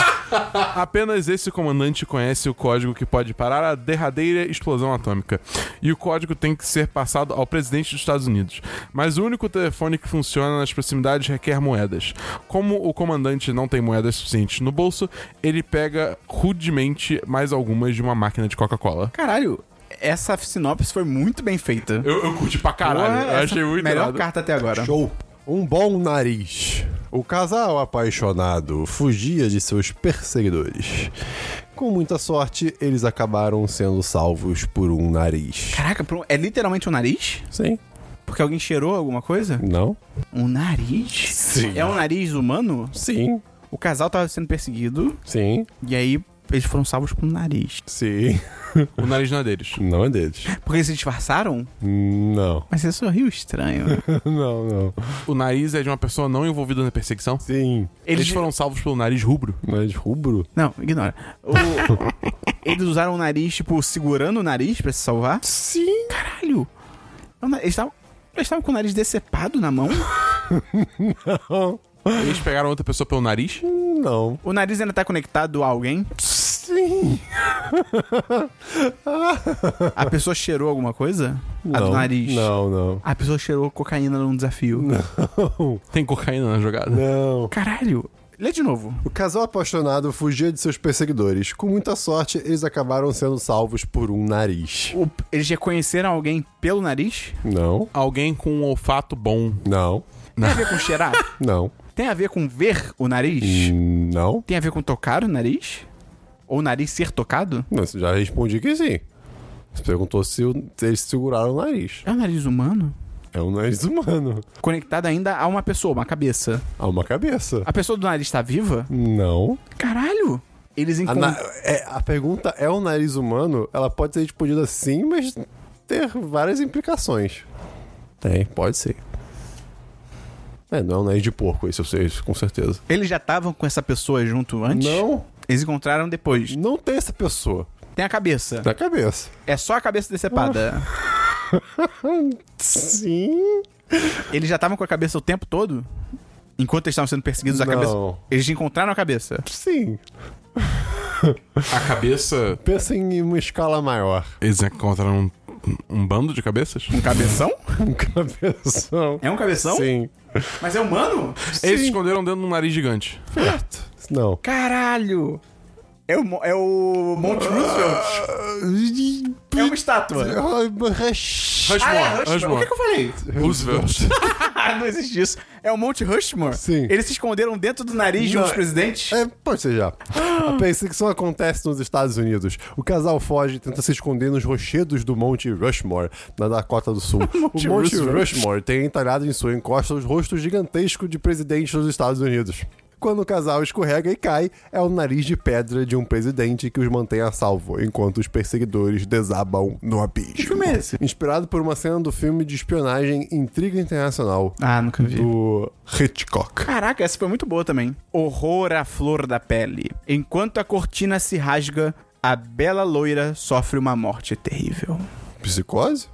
[SPEAKER 3] Apenas esse comandante conhece o código que pode parar a derradeira explosão atômica. E o código tem que ser passado ao presidente dos Estados Unidos. Mas o único telefone que funciona nas proximidades requer moedas. Como o comandante não tem moedas suficientes no bolso, ele pega rudemente mais algumas de uma máquina de Coca-Cola.
[SPEAKER 1] Caralho, essa sinopse foi muito bem feita.
[SPEAKER 3] Eu, eu curti pra caralho.
[SPEAKER 1] Porra,
[SPEAKER 3] eu
[SPEAKER 1] essa é
[SPEAKER 3] achei muito
[SPEAKER 1] Melhor
[SPEAKER 3] irado.
[SPEAKER 1] carta até agora.
[SPEAKER 2] Show. Um bom nariz. O casal apaixonado fugia de seus perseguidores. Com muita sorte, eles acabaram sendo salvos por um nariz.
[SPEAKER 1] Caraca, pro- é literalmente o um nariz?
[SPEAKER 2] Sim.
[SPEAKER 1] Porque alguém cheirou alguma coisa?
[SPEAKER 2] Não?
[SPEAKER 1] Um nariz?
[SPEAKER 2] Sim.
[SPEAKER 1] É um nariz humano?
[SPEAKER 2] Sim.
[SPEAKER 1] O casal tava sendo perseguido
[SPEAKER 2] Sim.
[SPEAKER 1] e aí eles foram salvos por um nariz.
[SPEAKER 2] Sim.
[SPEAKER 3] O nariz não é deles.
[SPEAKER 2] Não é deles.
[SPEAKER 1] Porque eles se disfarçaram?
[SPEAKER 2] Não.
[SPEAKER 1] Mas você sorriu estranho.
[SPEAKER 2] Não, não.
[SPEAKER 3] O nariz é de uma pessoa não envolvida na perseguição.
[SPEAKER 2] Sim.
[SPEAKER 3] Eles, foram salvos pelo nariz rubro.
[SPEAKER 2] Mas rubro?
[SPEAKER 1] Não, ignora. O- Eles usaram o nariz, tipo, segurando o nariz pra se salvar?
[SPEAKER 2] Sim.
[SPEAKER 1] Caralho! É um na- Eles estavam eles estavam com o nariz decepado na mão?
[SPEAKER 3] Eles pegaram outra pessoa pelo nariz.
[SPEAKER 2] Não.
[SPEAKER 1] O nariz ainda tá conectado a alguém?
[SPEAKER 2] Sim.
[SPEAKER 1] A pessoa cheirou alguma coisa? a do nariz?
[SPEAKER 2] Não, não.
[SPEAKER 1] A pessoa cheirou cocaína num desafio.
[SPEAKER 3] Tem cocaína na jogada.
[SPEAKER 2] Não.
[SPEAKER 1] Caralho! Lê de novo.
[SPEAKER 2] O casal apaixonado fugia de seus perseguidores. Com muita sorte, eles acabaram sendo salvos por um nariz.
[SPEAKER 1] O- Eles reconheceram alguém pelo nariz?
[SPEAKER 2] Não,
[SPEAKER 3] Alguém com um olfato bom.
[SPEAKER 2] não,
[SPEAKER 1] Tem a ver com cheirar?
[SPEAKER 2] não,
[SPEAKER 1] Tem a ver com ver o nariz?
[SPEAKER 2] hum, não.
[SPEAKER 1] Tem a ver com tocar o nariz? Ou o nariz ser tocado?
[SPEAKER 2] Não, Você já respondi que sim. Você perguntou se, o- se eles seguraram o nariz.
[SPEAKER 1] É um nariz humano?
[SPEAKER 2] É um nariz humano.
[SPEAKER 1] Conectado ainda a uma pessoa, uma cabeça.
[SPEAKER 2] Há uma cabeça.
[SPEAKER 1] A pessoa do nariz tá viva?
[SPEAKER 2] Não.
[SPEAKER 1] Caralho! Eles
[SPEAKER 2] A,
[SPEAKER 1] encontram.
[SPEAKER 2] na- é- a pergunta é um nariz humano? Ela pode ser respondida sim, mas ter várias implicações. Tem, pode ser. É, não é um nariz de porco, isso eu sei, isso com certeza.
[SPEAKER 1] Eles já estavam com essa pessoa junto antes?
[SPEAKER 2] Não,
[SPEAKER 1] Eles encontraram depois.
[SPEAKER 2] não tem essa pessoa
[SPEAKER 1] Tem a cabeça.
[SPEAKER 2] na cabeça.
[SPEAKER 1] É só a cabeça decepada.
[SPEAKER 2] Ah. Sim.
[SPEAKER 1] Eles já estavam com a cabeça o tempo todo? Enquanto eles estavam sendo perseguidos, a
[SPEAKER 2] Não.
[SPEAKER 1] cabeça. Eles encontraram a cabeça.
[SPEAKER 2] Sim.
[SPEAKER 3] A cabeça.
[SPEAKER 2] Pensa em uma escala maior.
[SPEAKER 3] Eles encontraram um, um bando de cabeças?
[SPEAKER 1] Um cabeção?
[SPEAKER 2] Um cabeção.
[SPEAKER 1] É um cabeção?
[SPEAKER 2] Sim.
[SPEAKER 1] Mas é humano?
[SPEAKER 3] Eles se
[SPEAKER 2] Sim.
[SPEAKER 3] esconderam dentro de um nariz gigante.
[SPEAKER 2] Perto. Não.
[SPEAKER 1] Caralho! É o, Mo- é o Mount
[SPEAKER 2] Ah.
[SPEAKER 1] Roosevelt? É uma estátua.
[SPEAKER 2] É
[SPEAKER 3] Rushmore.
[SPEAKER 1] é O que,
[SPEAKER 3] Rushmore.
[SPEAKER 1] que eu falei?
[SPEAKER 3] Roosevelt.
[SPEAKER 1] Ah, não existe isso. É o Mount Rushmore?
[SPEAKER 2] Sim.
[SPEAKER 1] Eles se esconderam dentro do nariz de um
[SPEAKER 2] Não.
[SPEAKER 1] dos presidentes?
[SPEAKER 2] É, pode ser já. A perseguição acontece nos Estados Unidos. O casal foge e tenta se esconder nos rochedos do Monte Rushmore, na Dakota do Sul. o Monte
[SPEAKER 1] Rushmore.
[SPEAKER 2] Rushmore tem entalhado em sua encosta os rostos gigantescos de presidentes dos Estados Unidos. Quando o casal escorrega e cai, é o nariz de pedra de um presidente que os mantém a salvo, enquanto os perseguidores desabam no abismo.
[SPEAKER 1] filme é esse?
[SPEAKER 2] Inspirado por uma cena do filme de espionagem Intriga Internacional,
[SPEAKER 1] Ah, nunca vi.
[SPEAKER 2] do Hitchcock.
[SPEAKER 1] Caraca, essa foi muito boa também. Horror à flor da pele. Enquanto a cortina se rasga, a bela loira sofre uma morte terrível.
[SPEAKER 2] Psicose?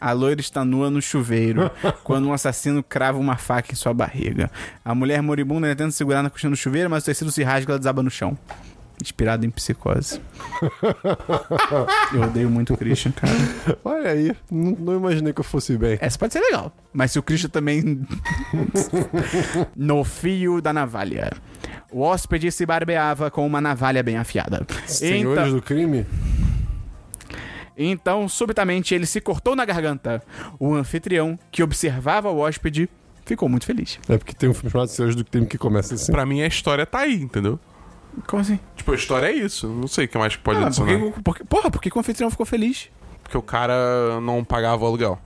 [SPEAKER 1] A loira está nua no chuveiro, quando um assassino crava uma faca em sua barriga. A mulher moribunda tenta segurar na cortina do chuveiro, mas o tecido se rasga e ela desaba no chão. Inspirado em psicose. Eu odeio muito o Christian, cara.
[SPEAKER 2] Olha aí, não, não imaginei que eu fosse bem.
[SPEAKER 1] Essa pode ser legal. Mas se o Christian também. no fio da navalha. O hóspede se barbeava com uma navalha bem afiada.
[SPEAKER 2] Senhores
[SPEAKER 1] Então,
[SPEAKER 2] do crime?
[SPEAKER 1] então, subitamente, ele se cortou na garganta. O anfitrião, que observava o hóspede, ficou muito feliz.
[SPEAKER 2] É porque tem um filme chamado Senhores do Crime que começa assim.
[SPEAKER 3] pra mim a história tá aí, entendeu?
[SPEAKER 1] Como assim?
[SPEAKER 3] Tipo, a história é isso. Não sei o que mais que pode
[SPEAKER 1] Ah,
[SPEAKER 3] adicionar. Porque...
[SPEAKER 1] porque, porque, porra, por que que o anfitrião ficou feliz?
[SPEAKER 3] o cara não pagava o aluguel.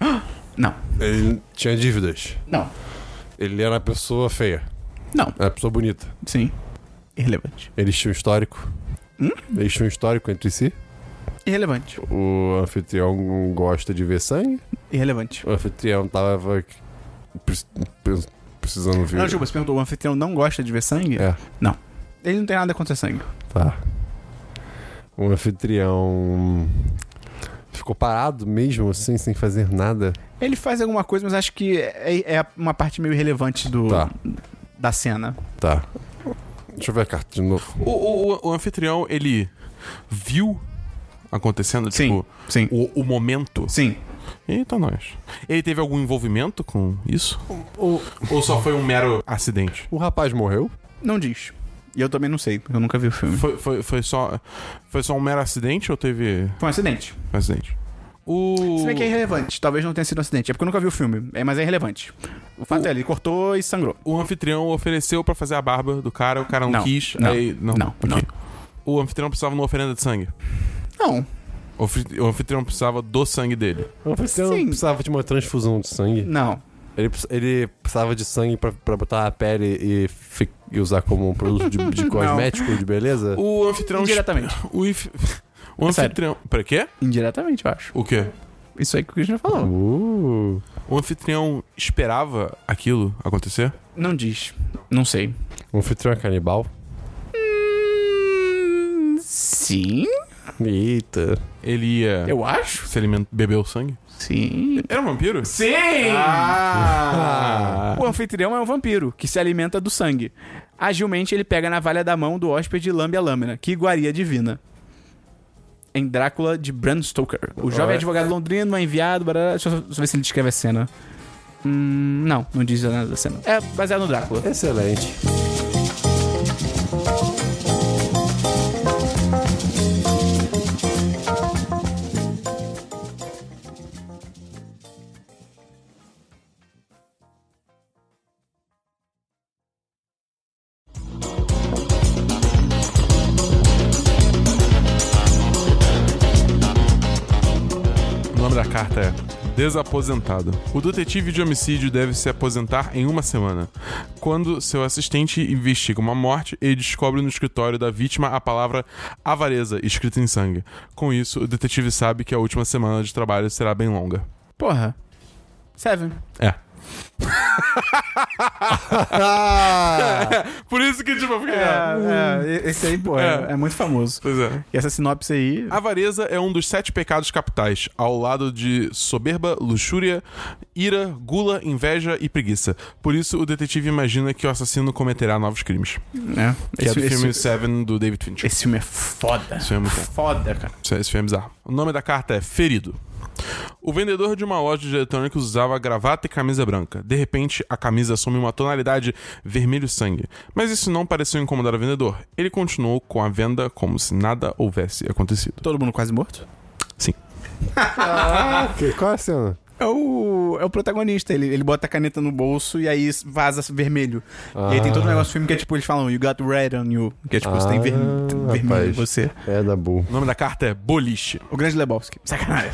[SPEAKER 1] Não,
[SPEAKER 2] Ele tinha dívidas.
[SPEAKER 1] não,
[SPEAKER 2] Ele era uma pessoa feia.
[SPEAKER 1] não.
[SPEAKER 2] Era uma pessoa bonita.
[SPEAKER 1] Sim. Irrelevante.
[SPEAKER 2] Eles tinham um histórico.
[SPEAKER 1] Hum?
[SPEAKER 2] Eles tinham um histórico entre si.
[SPEAKER 1] Irrelevante.
[SPEAKER 2] O anfitrião gosta de ver sangue.
[SPEAKER 1] Irrelevante.
[SPEAKER 2] O anfitrião tava pre- pre- precisando ver.
[SPEAKER 1] Não, desculpa, você perguntou, o anfitrião não gosta de ver sangue?
[SPEAKER 2] É,
[SPEAKER 1] Ele não tem nada contra sangue.
[SPEAKER 2] tá. O anfitrião ficou parado mesmo assim, sem fazer nada.
[SPEAKER 1] Ele faz alguma coisa, mas acho que é, é uma parte meio irrelevante do,
[SPEAKER 2] Tá.
[SPEAKER 1] da cena.
[SPEAKER 2] Tá. Deixa eu ver a carta de novo.
[SPEAKER 3] O, o- o- o anfitrião, ele viu acontecendo,
[SPEAKER 1] Sim,
[SPEAKER 3] tipo,
[SPEAKER 1] sim.
[SPEAKER 3] o, o momento.
[SPEAKER 1] Sim.
[SPEAKER 3] Eita, nós. Ele teve algum envolvimento com isso?
[SPEAKER 2] O,
[SPEAKER 3] Ou só foi um mero acidente?
[SPEAKER 2] o Um rapaz morreu?
[SPEAKER 1] Não diz. E eu também não sei, porque eu nunca vi o filme.
[SPEAKER 3] Foi, foi, foi, só, foi só um mero acidente ou teve
[SPEAKER 1] Foi um acidente.
[SPEAKER 3] um acidente? O.
[SPEAKER 1] Se bem que é irrelevante. Talvez não tenha sido um acidente. É porque eu nunca vi o filme. É, mas é irrelevante. O fato é, ele cortou e sangrou.
[SPEAKER 3] O anfitrião ofereceu pra fazer a barba do cara, o cara não,
[SPEAKER 1] Não,
[SPEAKER 3] quis,
[SPEAKER 1] não,
[SPEAKER 3] aí. Não,
[SPEAKER 1] não,
[SPEAKER 3] ok. O anfitrião precisava de uma oferenda de sangue.
[SPEAKER 1] Não.
[SPEAKER 3] O anfit- o anfitrião precisava do sangue dele.
[SPEAKER 2] O anfitrião
[SPEAKER 1] Sim.
[SPEAKER 2] precisava de uma transfusão de sangue.
[SPEAKER 1] Não.
[SPEAKER 2] Ele, precis- ele precisava de sangue pra, pra botar a pele e, fi- e usar como um produto de, de cosmético, de beleza.
[SPEAKER 3] O anfitrião.
[SPEAKER 1] Indiretamente.
[SPEAKER 3] O, if... o
[SPEAKER 1] É sério.
[SPEAKER 3] anfitrião. Pra quê?
[SPEAKER 1] Indiretamente, eu acho.
[SPEAKER 3] O quê?
[SPEAKER 1] Isso aí que o Christian falou.
[SPEAKER 2] Uh.
[SPEAKER 3] O anfitrião esperava aquilo acontecer?
[SPEAKER 1] Não diz. Não sei.
[SPEAKER 2] O anfitrião é canibal?
[SPEAKER 1] Hum, sim,
[SPEAKER 2] Eita.
[SPEAKER 3] Ele ia
[SPEAKER 1] eu acho.
[SPEAKER 3] se alimentar, beber o sangue?
[SPEAKER 1] Sim.
[SPEAKER 3] Era um vampiro?
[SPEAKER 1] Sim!
[SPEAKER 2] Ah.
[SPEAKER 1] O anfitrião é um vampiro que se alimenta do sangue. Agilmente ele pega a navalha da mão do hóspede e lambe a lâmina. Que iguaria divina. Em Drácula de Bram Stoker. O jovem
[SPEAKER 2] Olha.
[SPEAKER 1] advogado londrino é enviado. Barará. Deixa eu só- só ver se ele descreve a cena. Hum, não, não diz nada da cena. É baseado no Drácula.
[SPEAKER 2] Excelente.
[SPEAKER 3] O nome da carta é Desaposentado. O detetive de homicídio deve se aposentar em uma semana. Quando seu assistente investiga uma morte, ele descobre no escritório da vítima a palavra avareza escrita em sangue. Com isso, o detetive sabe que a última semana de trabalho será bem longa.
[SPEAKER 1] Porra. Seven.
[SPEAKER 3] É.
[SPEAKER 2] Ah!
[SPEAKER 3] Por isso que, tipo, eu fiquei.
[SPEAKER 1] É, é, esse aí, pô, é,
[SPEAKER 3] É.
[SPEAKER 1] é muito famoso.
[SPEAKER 3] Pois é.
[SPEAKER 1] E essa sinopse aí.
[SPEAKER 3] Avareza é um dos sete pecados capitais, ao lado de soberba, luxúria, ira, gula, inveja e preguiça. Por isso, o detetive imagina que o assassino cometerá novos crimes.
[SPEAKER 1] né?
[SPEAKER 3] Que é do filme
[SPEAKER 1] esse,
[SPEAKER 3] Seven do David Fincher.
[SPEAKER 1] esse filme é foda.
[SPEAKER 3] Esse filme é muito bom.
[SPEAKER 1] Foda, cara.
[SPEAKER 3] Isso é- Esse filme é bizarro. O nome da carta é Ferido. O vendedor de uma loja de eletrônicos usava gravata e camisa branca. De repente, a camisa assume uma tonalidade vermelho-sangue. Mas isso não pareceu incomodar o vendedor. Ele continuou com a venda como se nada houvesse acontecido.
[SPEAKER 1] Todo mundo quase morto?
[SPEAKER 2] Ok, Qual é a cena?
[SPEAKER 1] É o, é o protagonista, ele, ele bota a caneta no bolso e aí vaza vermelho. E aí tem
[SPEAKER 3] Ah.
[SPEAKER 1] todo um negócio do filme que é tipo, eles falam, you got red on you. Que é tipo, você tem ver-
[SPEAKER 2] Ah,
[SPEAKER 1] tem vermelho em
[SPEAKER 2] rapaz.
[SPEAKER 1] você.
[SPEAKER 2] É da Bull.
[SPEAKER 3] O nome da carta é Boliche.
[SPEAKER 1] O grande Lebowski. Sacanagem.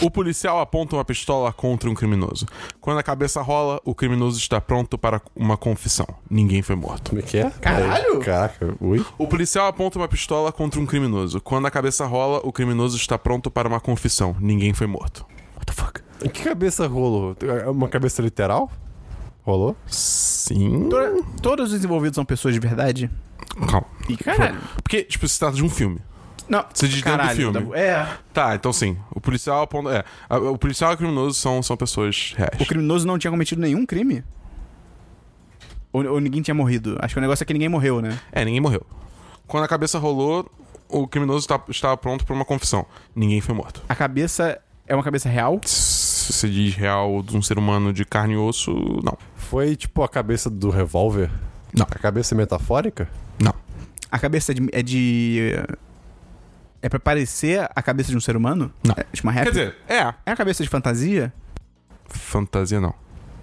[SPEAKER 3] O policial aponta uma pistola contra um criminoso. Quando a cabeça rola, o criminoso está pronto para uma confissão. Ninguém foi morto.
[SPEAKER 2] Como é que é?
[SPEAKER 1] Caralho!
[SPEAKER 2] Aí, Caraca, ui.
[SPEAKER 3] O policial aponta uma pistola contra um criminoso. Quando a cabeça rola, o criminoso está pronto para uma confissão. Ninguém foi morto. What the fuck?
[SPEAKER 2] Que cabeça rolou? É Uma cabeça literal? Rolou?
[SPEAKER 3] Sim.
[SPEAKER 1] To- Todos os envolvidos são pessoas de verdade?
[SPEAKER 3] Calma.
[SPEAKER 1] E caralho.
[SPEAKER 3] Porque, tipo, se trata de um filme.
[SPEAKER 1] Não,
[SPEAKER 3] Você diz dentro do
[SPEAKER 1] caralho,
[SPEAKER 3] filme.
[SPEAKER 1] Dabu. É.
[SPEAKER 3] Tá, então sim. O policial aponta. É. a- O policial e o criminoso são, são pessoas reais.
[SPEAKER 1] O criminoso não tinha cometido nenhum crime? Ou, ou ninguém tinha morrido? Acho que o negócio é que ninguém morreu, né?
[SPEAKER 3] É, ninguém morreu. Quando a cabeça rolou, o criminoso tá- estava pronto para uma confissão. Ninguém foi morto.
[SPEAKER 1] A cabeça é uma cabeça real?
[SPEAKER 3] Se se diz real de um ser humano de carne e osso, não.
[SPEAKER 2] Foi tipo a cabeça do revólver?
[SPEAKER 3] Não.
[SPEAKER 2] A cabeça metafórica?
[SPEAKER 3] Não.
[SPEAKER 1] A cabeça é de. É, de, é pra parecer a cabeça de um ser humano?
[SPEAKER 3] Não.
[SPEAKER 1] É, tipo uma
[SPEAKER 3] Quer
[SPEAKER 1] réplica?
[SPEAKER 3] dizer, é.
[SPEAKER 1] É a cabeça de fantasia?
[SPEAKER 3] Fantasia não.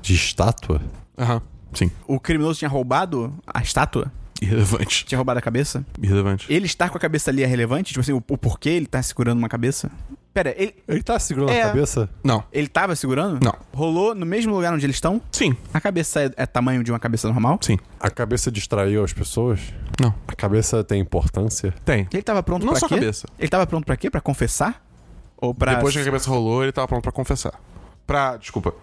[SPEAKER 2] De estátua?
[SPEAKER 3] Aham. Sim.
[SPEAKER 1] O criminoso tinha roubado a estátua?
[SPEAKER 3] Irrelevante.
[SPEAKER 1] Tinha roubado a cabeça?
[SPEAKER 3] Irrelevante.
[SPEAKER 1] Ele estar com a cabeça ali é relevante? Tipo assim, o, o porquê ele tá segurando uma cabeça? Pera, ele,
[SPEAKER 2] Ele tá segurando
[SPEAKER 1] É.
[SPEAKER 2] a cabeça?
[SPEAKER 3] Não.
[SPEAKER 1] ele tava segurando?
[SPEAKER 3] Não.
[SPEAKER 1] Rolou no mesmo lugar onde eles estão?
[SPEAKER 3] Sim.
[SPEAKER 1] A cabeça é, é tamanho de uma cabeça normal?
[SPEAKER 3] Sim.
[SPEAKER 2] A cabeça distraiu as pessoas?
[SPEAKER 3] Não.
[SPEAKER 2] A cabeça tem importância?
[SPEAKER 3] Tem.
[SPEAKER 1] Ele tava pronto
[SPEAKER 3] Não
[SPEAKER 1] pra
[SPEAKER 3] só a
[SPEAKER 1] quê?
[SPEAKER 3] cabeça.
[SPEAKER 1] Ele tava pronto pra quê? Pra confessar? Ou pra.
[SPEAKER 3] Depois que a cabeça rolou, ele tava pronto pra confessar. Pra. Desculpa.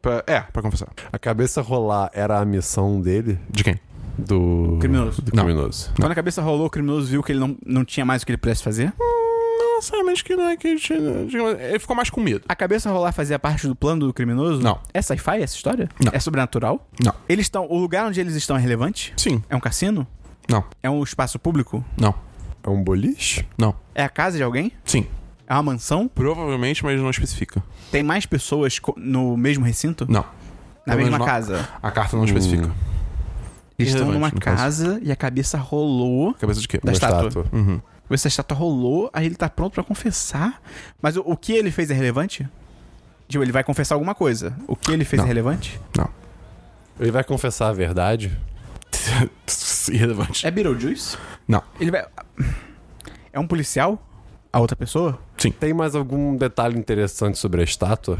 [SPEAKER 3] Pra- é, pra confessar.
[SPEAKER 2] A cabeça rolar era a missão dele?
[SPEAKER 3] De quem?
[SPEAKER 2] Do.
[SPEAKER 1] Criminoso.
[SPEAKER 2] Do
[SPEAKER 3] Não.
[SPEAKER 2] criminoso.
[SPEAKER 1] Quando a cabeça rolou, o criminoso viu que ele não, não tinha mais o que ele pudesse fazer?
[SPEAKER 3] Hum, Não, sinceramente que não é que. Ele ficou mais com medo.
[SPEAKER 1] A cabeça rolar fazia parte do plano do criminoso?
[SPEAKER 3] Não.
[SPEAKER 1] É sci-fi essa história?
[SPEAKER 3] Não.
[SPEAKER 1] É sobrenatural?
[SPEAKER 3] Não.
[SPEAKER 1] Eles estão. O lugar onde eles estão é relevante?
[SPEAKER 3] Sim.
[SPEAKER 1] É um cassino?
[SPEAKER 3] Não.
[SPEAKER 1] É um espaço público?
[SPEAKER 3] Não.
[SPEAKER 2] É um boliche?
[SPEAKER 3] Não.
[SPEAKER 1] É a casa de alguém?
[SPEAKER 3] Sim.
[SPEAKER 1] É uma mansão?
[SPEAKER 3] Provavelmente, mas não especifica.
[SPEAKER 1] Tem mais pessoas co- no mesmo recinto?
[SPEAKER 3] Não.
[SPEAKER 1] Na
[SPEAKER 3] Pelo menos
[SPEAKER 1] mesma
[SPEAKER 3] não-
[SPEAKER 1] casa?
[SPEAKER 3] A carta não especifica.
[SPEAKER 1] Eles estão
[SPEAKER 3] Irrelevante,
[SPEAKER 1] numa
[SPEAKER 3] no caso.
[SPEAKER 1] casa e a cabeça rolou.
[SPEAKER 3] Cabeça de quê?
[SPEAKER 1] Da
[SPEAKER 2] Uma
[SPEAKER 1] estátua.
[SPEAKER 3] Uhum.
[SPEAKER 1] Essa estátua rolou, aí ele tá pronto pra confessar. Mas o, o que ele fez é relevante? Tipo, ele vai confessar alguma coisa. O que ele fez
[SPEAKER 3] Não.
[SPEAKER 1] é relevante?
[SPEAKER 2] Ele vai confessar a verdade?
[SPEAKER 3] Irrelevante. É
[SPEAKER 1] É Beetlejuice?
[SPEAKER 3] Não.
[SPEAKER 1] Ele vai. É um policial? a outra pessoa?
[SPEAKER 2] Tem mais algum detalhe interessante sobre a estátua?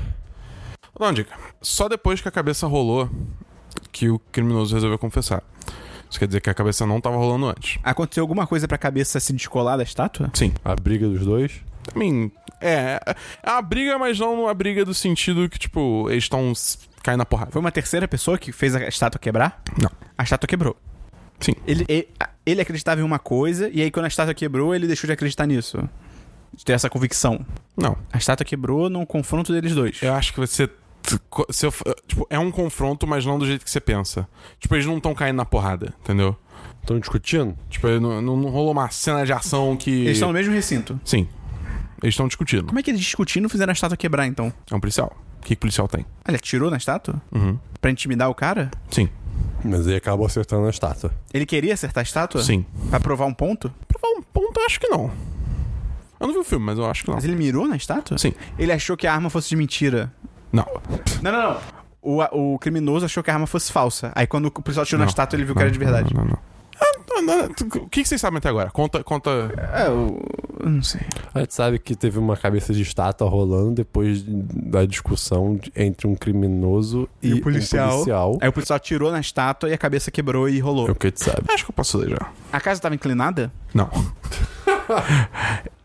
[SPEAKER 3] Vou dar uma dica. Só depois que a cabeça rolou que o criminoso resolveu confessar. Isso quer dizer que a cabeça não tava rolando antes.
[SPEAKER 1] Aconteceu alguma coisa pra cabeça se descolar da estátua?
[SPEAKER 3] Sim.
[SPEAKER 2] A briga dos dois?
[SPEAKER 3] I mean, é. É uma briga, mas não a briga do sentido que, tipo, eles estão caindo na porrada.
[SPEAKER 1] Foi uma terceira pessoa que fez a estátua quebrar?
[SPEAKER 3] Não.
[SPEAKER 1] A estátua quebrou.
[SPEAKER 3] Sim.
[SPEAKER 1] Ele, ele, ele acreditava em uma coisa, e aí quando a estátua quebrou, ele deixou de acreditar nisso. De ter essa convicção.
[SPEAKER 3] Não.
[SPEAKER 1] A estátua quebrou num confronto deles dois.
[SPEAKER 3] Eu acho que você. se eu- tipo, é um confronto, mas não do jeito que você pensa. Tipo, eles não estão caindo na porrada, entendeu?
[SPEAKER 2] Estão discutindo?
[SPEAKER 3] Tipo, não, não- não rolou uma cena de ação que.
[SPEAKER 1] Eles estão no mesmo recinto.
[SPEAKER 3] Sim. Eles estão discutindo.
[SPEAKER 1] Como é que eles discutindo fizeram a estátua quebrar, então?
[SPEAKER 3] É um policial. O que, que policial tem?
[SPEAKER 1] Ele atirou na estátua?
[SPEAKER 3] Uhum.
[SPEAKER 1] Pra intimidar o cara?
[SPEAKER 3] Sim.
[SPEAKER 2] Mas ele acabou acertando a estátua.
[SPEAKER 1] Ele queria acertar a estátua?
[SPEAKER 3] Sim.
[SPEAKER 1] Pra provar um ponto?
[SPEAKER 3] Provar um ponto, eu acho que não. Eu não vi o filme, mas eu acho que não.
[SPEAKER 1] Mas ele mirou na estátua?
[SPEAKER 3] Sim.
[SPEAKER 1] Ele achou que a arma fosse de mentira.
[SPEAKER 3] Não.
[SPEAKER 1] Não, não, não. O, a- o criminoso achou que a arma fosse falsa. Aí quando o policial atirou na
[SPEAKER 3] Não.
[SPEAKER 1] estátua, ele viu que era de verdade.
[SPEAKER 3] Não, não, não. Ah, não, não, não. O que, que vocês sabem até agora? Conta. conta...
[SPEAKER 1] É, eu... eu não sei.
[SPEAKER 2] A gente sabe que teve uma cabeça de estátua rolando depois de- da discussão de- entre um criminoso e,
[SPEAKER 1] E o policial. É
[SPEAKER 2] um policial.
[SPEAKER 1] Aí o policial atirou na estátua e a cabeça quebrou e rolou.
[SPEAKER 2] É o que a gente sabe.
[SPEAKER 3] Acho que eu posso ler já.
[SPEAKER 1] A casa tava inclinada?
[SPEAKER 3] Não.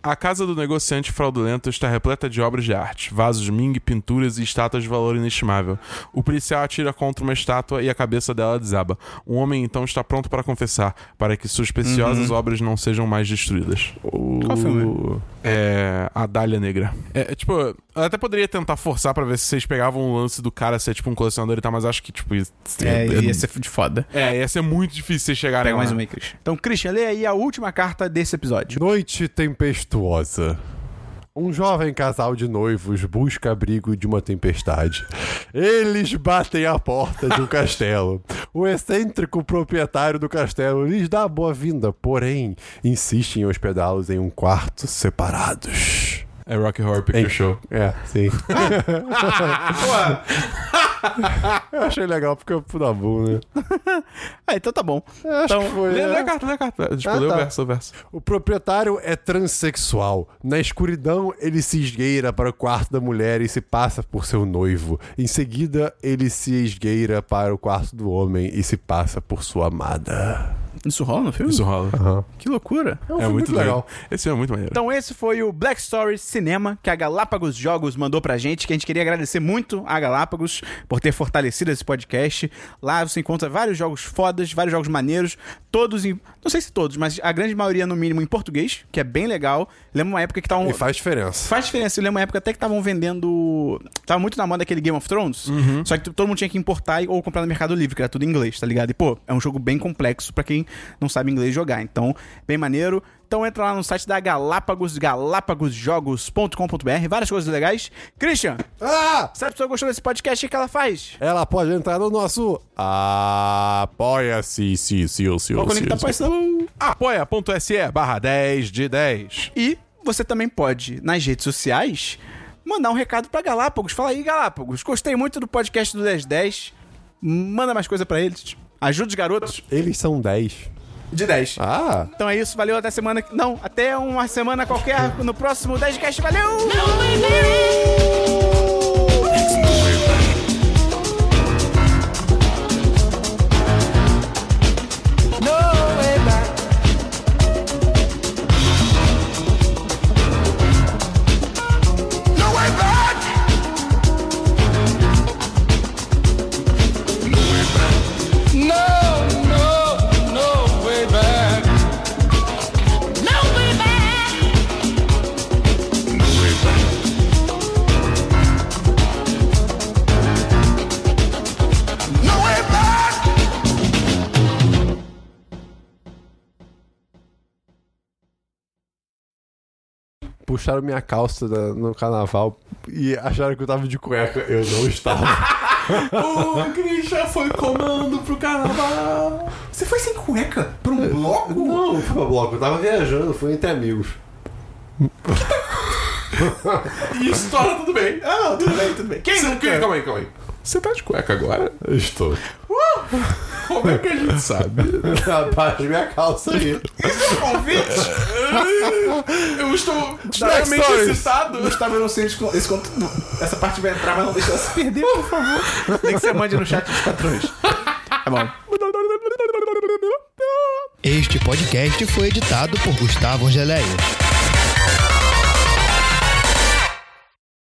[SPEAKER 3] A casa do negociante fraudulento está repleta de obras de arte, vasos Ming, pinturas e estátuas de valor inestimável. O policial atira contra uma estátua e a cabeça dela desaba. Um homem então está pronto para confessar, para que suas preciosas obras não sejam mais destruídas.
[SPEAKER 1] Qual filme?
[SPEAKER 3] É. A Dália Negra. É, é, tipo, eu até poderia tentar forçar pra ver se vocês pegavam o lance do cara ser tipo um colecionador e tal, mas acho que, tipo, isso-
[SPEAKER 1] É, ia ser de foda.
[SPEAKER 3] é, ia ser muito difícil vocês chegarem
[SPEAKER 1] Pega
[SPEAKER 3] lá.
[SPEAKER 1] mais uma aí, Christian. Então, Christian, lê aí a última carta desse episódio.
[SPEAKER 2] Noite tempestuosa. Um jovem casal de noivos busca abrigo de uma tempestade. Eles batem à porta de um castelo. O excêntrico proprietário do castelo lhes dá a boa-vinda, porém, insiste em hospedá-los em um quarto separados.
[SPEAKER 3] É Rocky Horror Picture
[SPEAKER 2] Ei.
[SPEAKER 3] Show.
[SPEAKER 2] É, sim. eu achei legal porque eu fui da né?
[SPEAKER 1] Ah, então tá bom.
[SPEAKER 2] Eu Acho
[SPEAKER 1] Então,
[SPEAKER 2] que foi.
[SPEAKER 3] Lê,
[SPEAKER 2] né?
[SPEAKER 3] lê a carta, lê a carta. Tipo,
[SPEAKER 2] Ah,
[SPEAKER 3] lê o
[SPEAKER 2] tá.
[SPEAKER 3] verso, o verso.
[SPEAKER 2] O proprietário é transexual. Na escuridão, ele se esgueira para o quarto da mulher e se passa por seu noivo. Em seguida, ele se esgueira para o quarto do homem e se passa por sua amada.
[SPEAKER 1] Isso rola no filme?
[SPEAKER 3] Isso rola.
[SPEAKER 1] Que loucura.
[SPEAKER 3] É
[SPEAKER 2] filme
[SPEAKER 3] Ah, muito
[SPEAKER 2] muito legal.
[SPEAKER 3] legal. Esse filme é muito maneiro.
[SPEAKER 1] Então esse foi o Black Story Cinema que a Galápagos Jogos mandou pra gente, que a gente queria agradecer muito a Galápagos por ter fortalecido esse podcast. Lá você encontra vários jogos fodas, vários jogos maneiros, todos em, não sei se todos, mas a grande maioria no mínimo em português, que é bem legal. Lembra uma época que tava um
[SPEAKER 2] E faz diferença.
[SPEAKER 1] Faz diferença, eu lembro uma época até que estavam vendendo. Tava muito na moda aquele Game of Thrones. Só que t- todo mundo tinha que importar e- ou comprar no Mercado Livre, que era tudo em inglês, tá ligado? E, pô, é um jogo bem complexo pra quem não sabe inglês jogar. Então, bem maneiro. Então entra lá no site da Galápagos, galápagosjogos.com.br, várias coisas legais. Christian,
[SPEAKER 2] Ah!
[SPEAKER 1] se a pessoa gostou desse podcast, o que ela faz?
[SPEAKER 2] Ela pode entrar no nosso Apoia-se, se, se, se, se.
[SPEAKER 1] Qual o
[SPEAKER 2] se,
[SPEAKER 1] link da
[SPEAKER 2] se.
[SPEAKER 1] página?
[SPEAKER 3] Apoia.se barra 10 de 10.
[SPEAKER 1] E você também pode, nas redes sociais, mandar um recado pra Galápagos. Fala aí, Galápagos. Gostei muito do podcast do 1010. Manda mais coisa pra eles. Ajuda os garotos
[SPEAKER 2] Eles são 10.
[SPEAKER 1] de 10.
[SPEAKER 2] Ah!
[SPEAKER 1] Então é isso, valeu até semana. que- Não, até uma semana qualquer no próximo 10cast. Valeu!
[SPEAKER 5] No way back.
[SPEAKER 4] No way back.
[SPEAKER 5] No, no, no way back. No way back.
[SPEAKER 4] No way back.
[SPEAKER 2] Puxaram minha calça da- no carnaval e acharam que eu tava de cueca. Eu não estava.
[SPEAKER 3] O Christian foi comando pro carnaval.
[SPEAKER 1] Você foi sem cueca pra um bloco?
[SPEAKER 2] Não, não fui pra bloco, eu tava viajando, fui entre amigos.
[SPEAKER 3] E estoura tudo bem.
[SPEAKER 1] Não, tudo bem, tudo bem. Quem
[SPEAKER 3] Você-
[SPEAKER 1] nunca?
[SPEAKER 3] Calma aí, calma aí. Você tá de cueca agora?
[SPEAKER 2] Estou.
[SPEAKER 3] Como é que a gente sabe?
[SPEAKER 2] Abaixa minha calça aí.
[SPEAKER 3] Convite? Eu estou
[SPEAKER 2] extremamente
[SPEAKER 3] excitado.
[SPEAKER 1] Gustavo, eu não sei onde esse conto- essa parte vai entrar, mas não deixa ela se perder, por favor. Tem que você mande no chat dos patrões. Tá bom.
[SPEAKER 6] Este podcast foi editado por Gustavo Angeléia.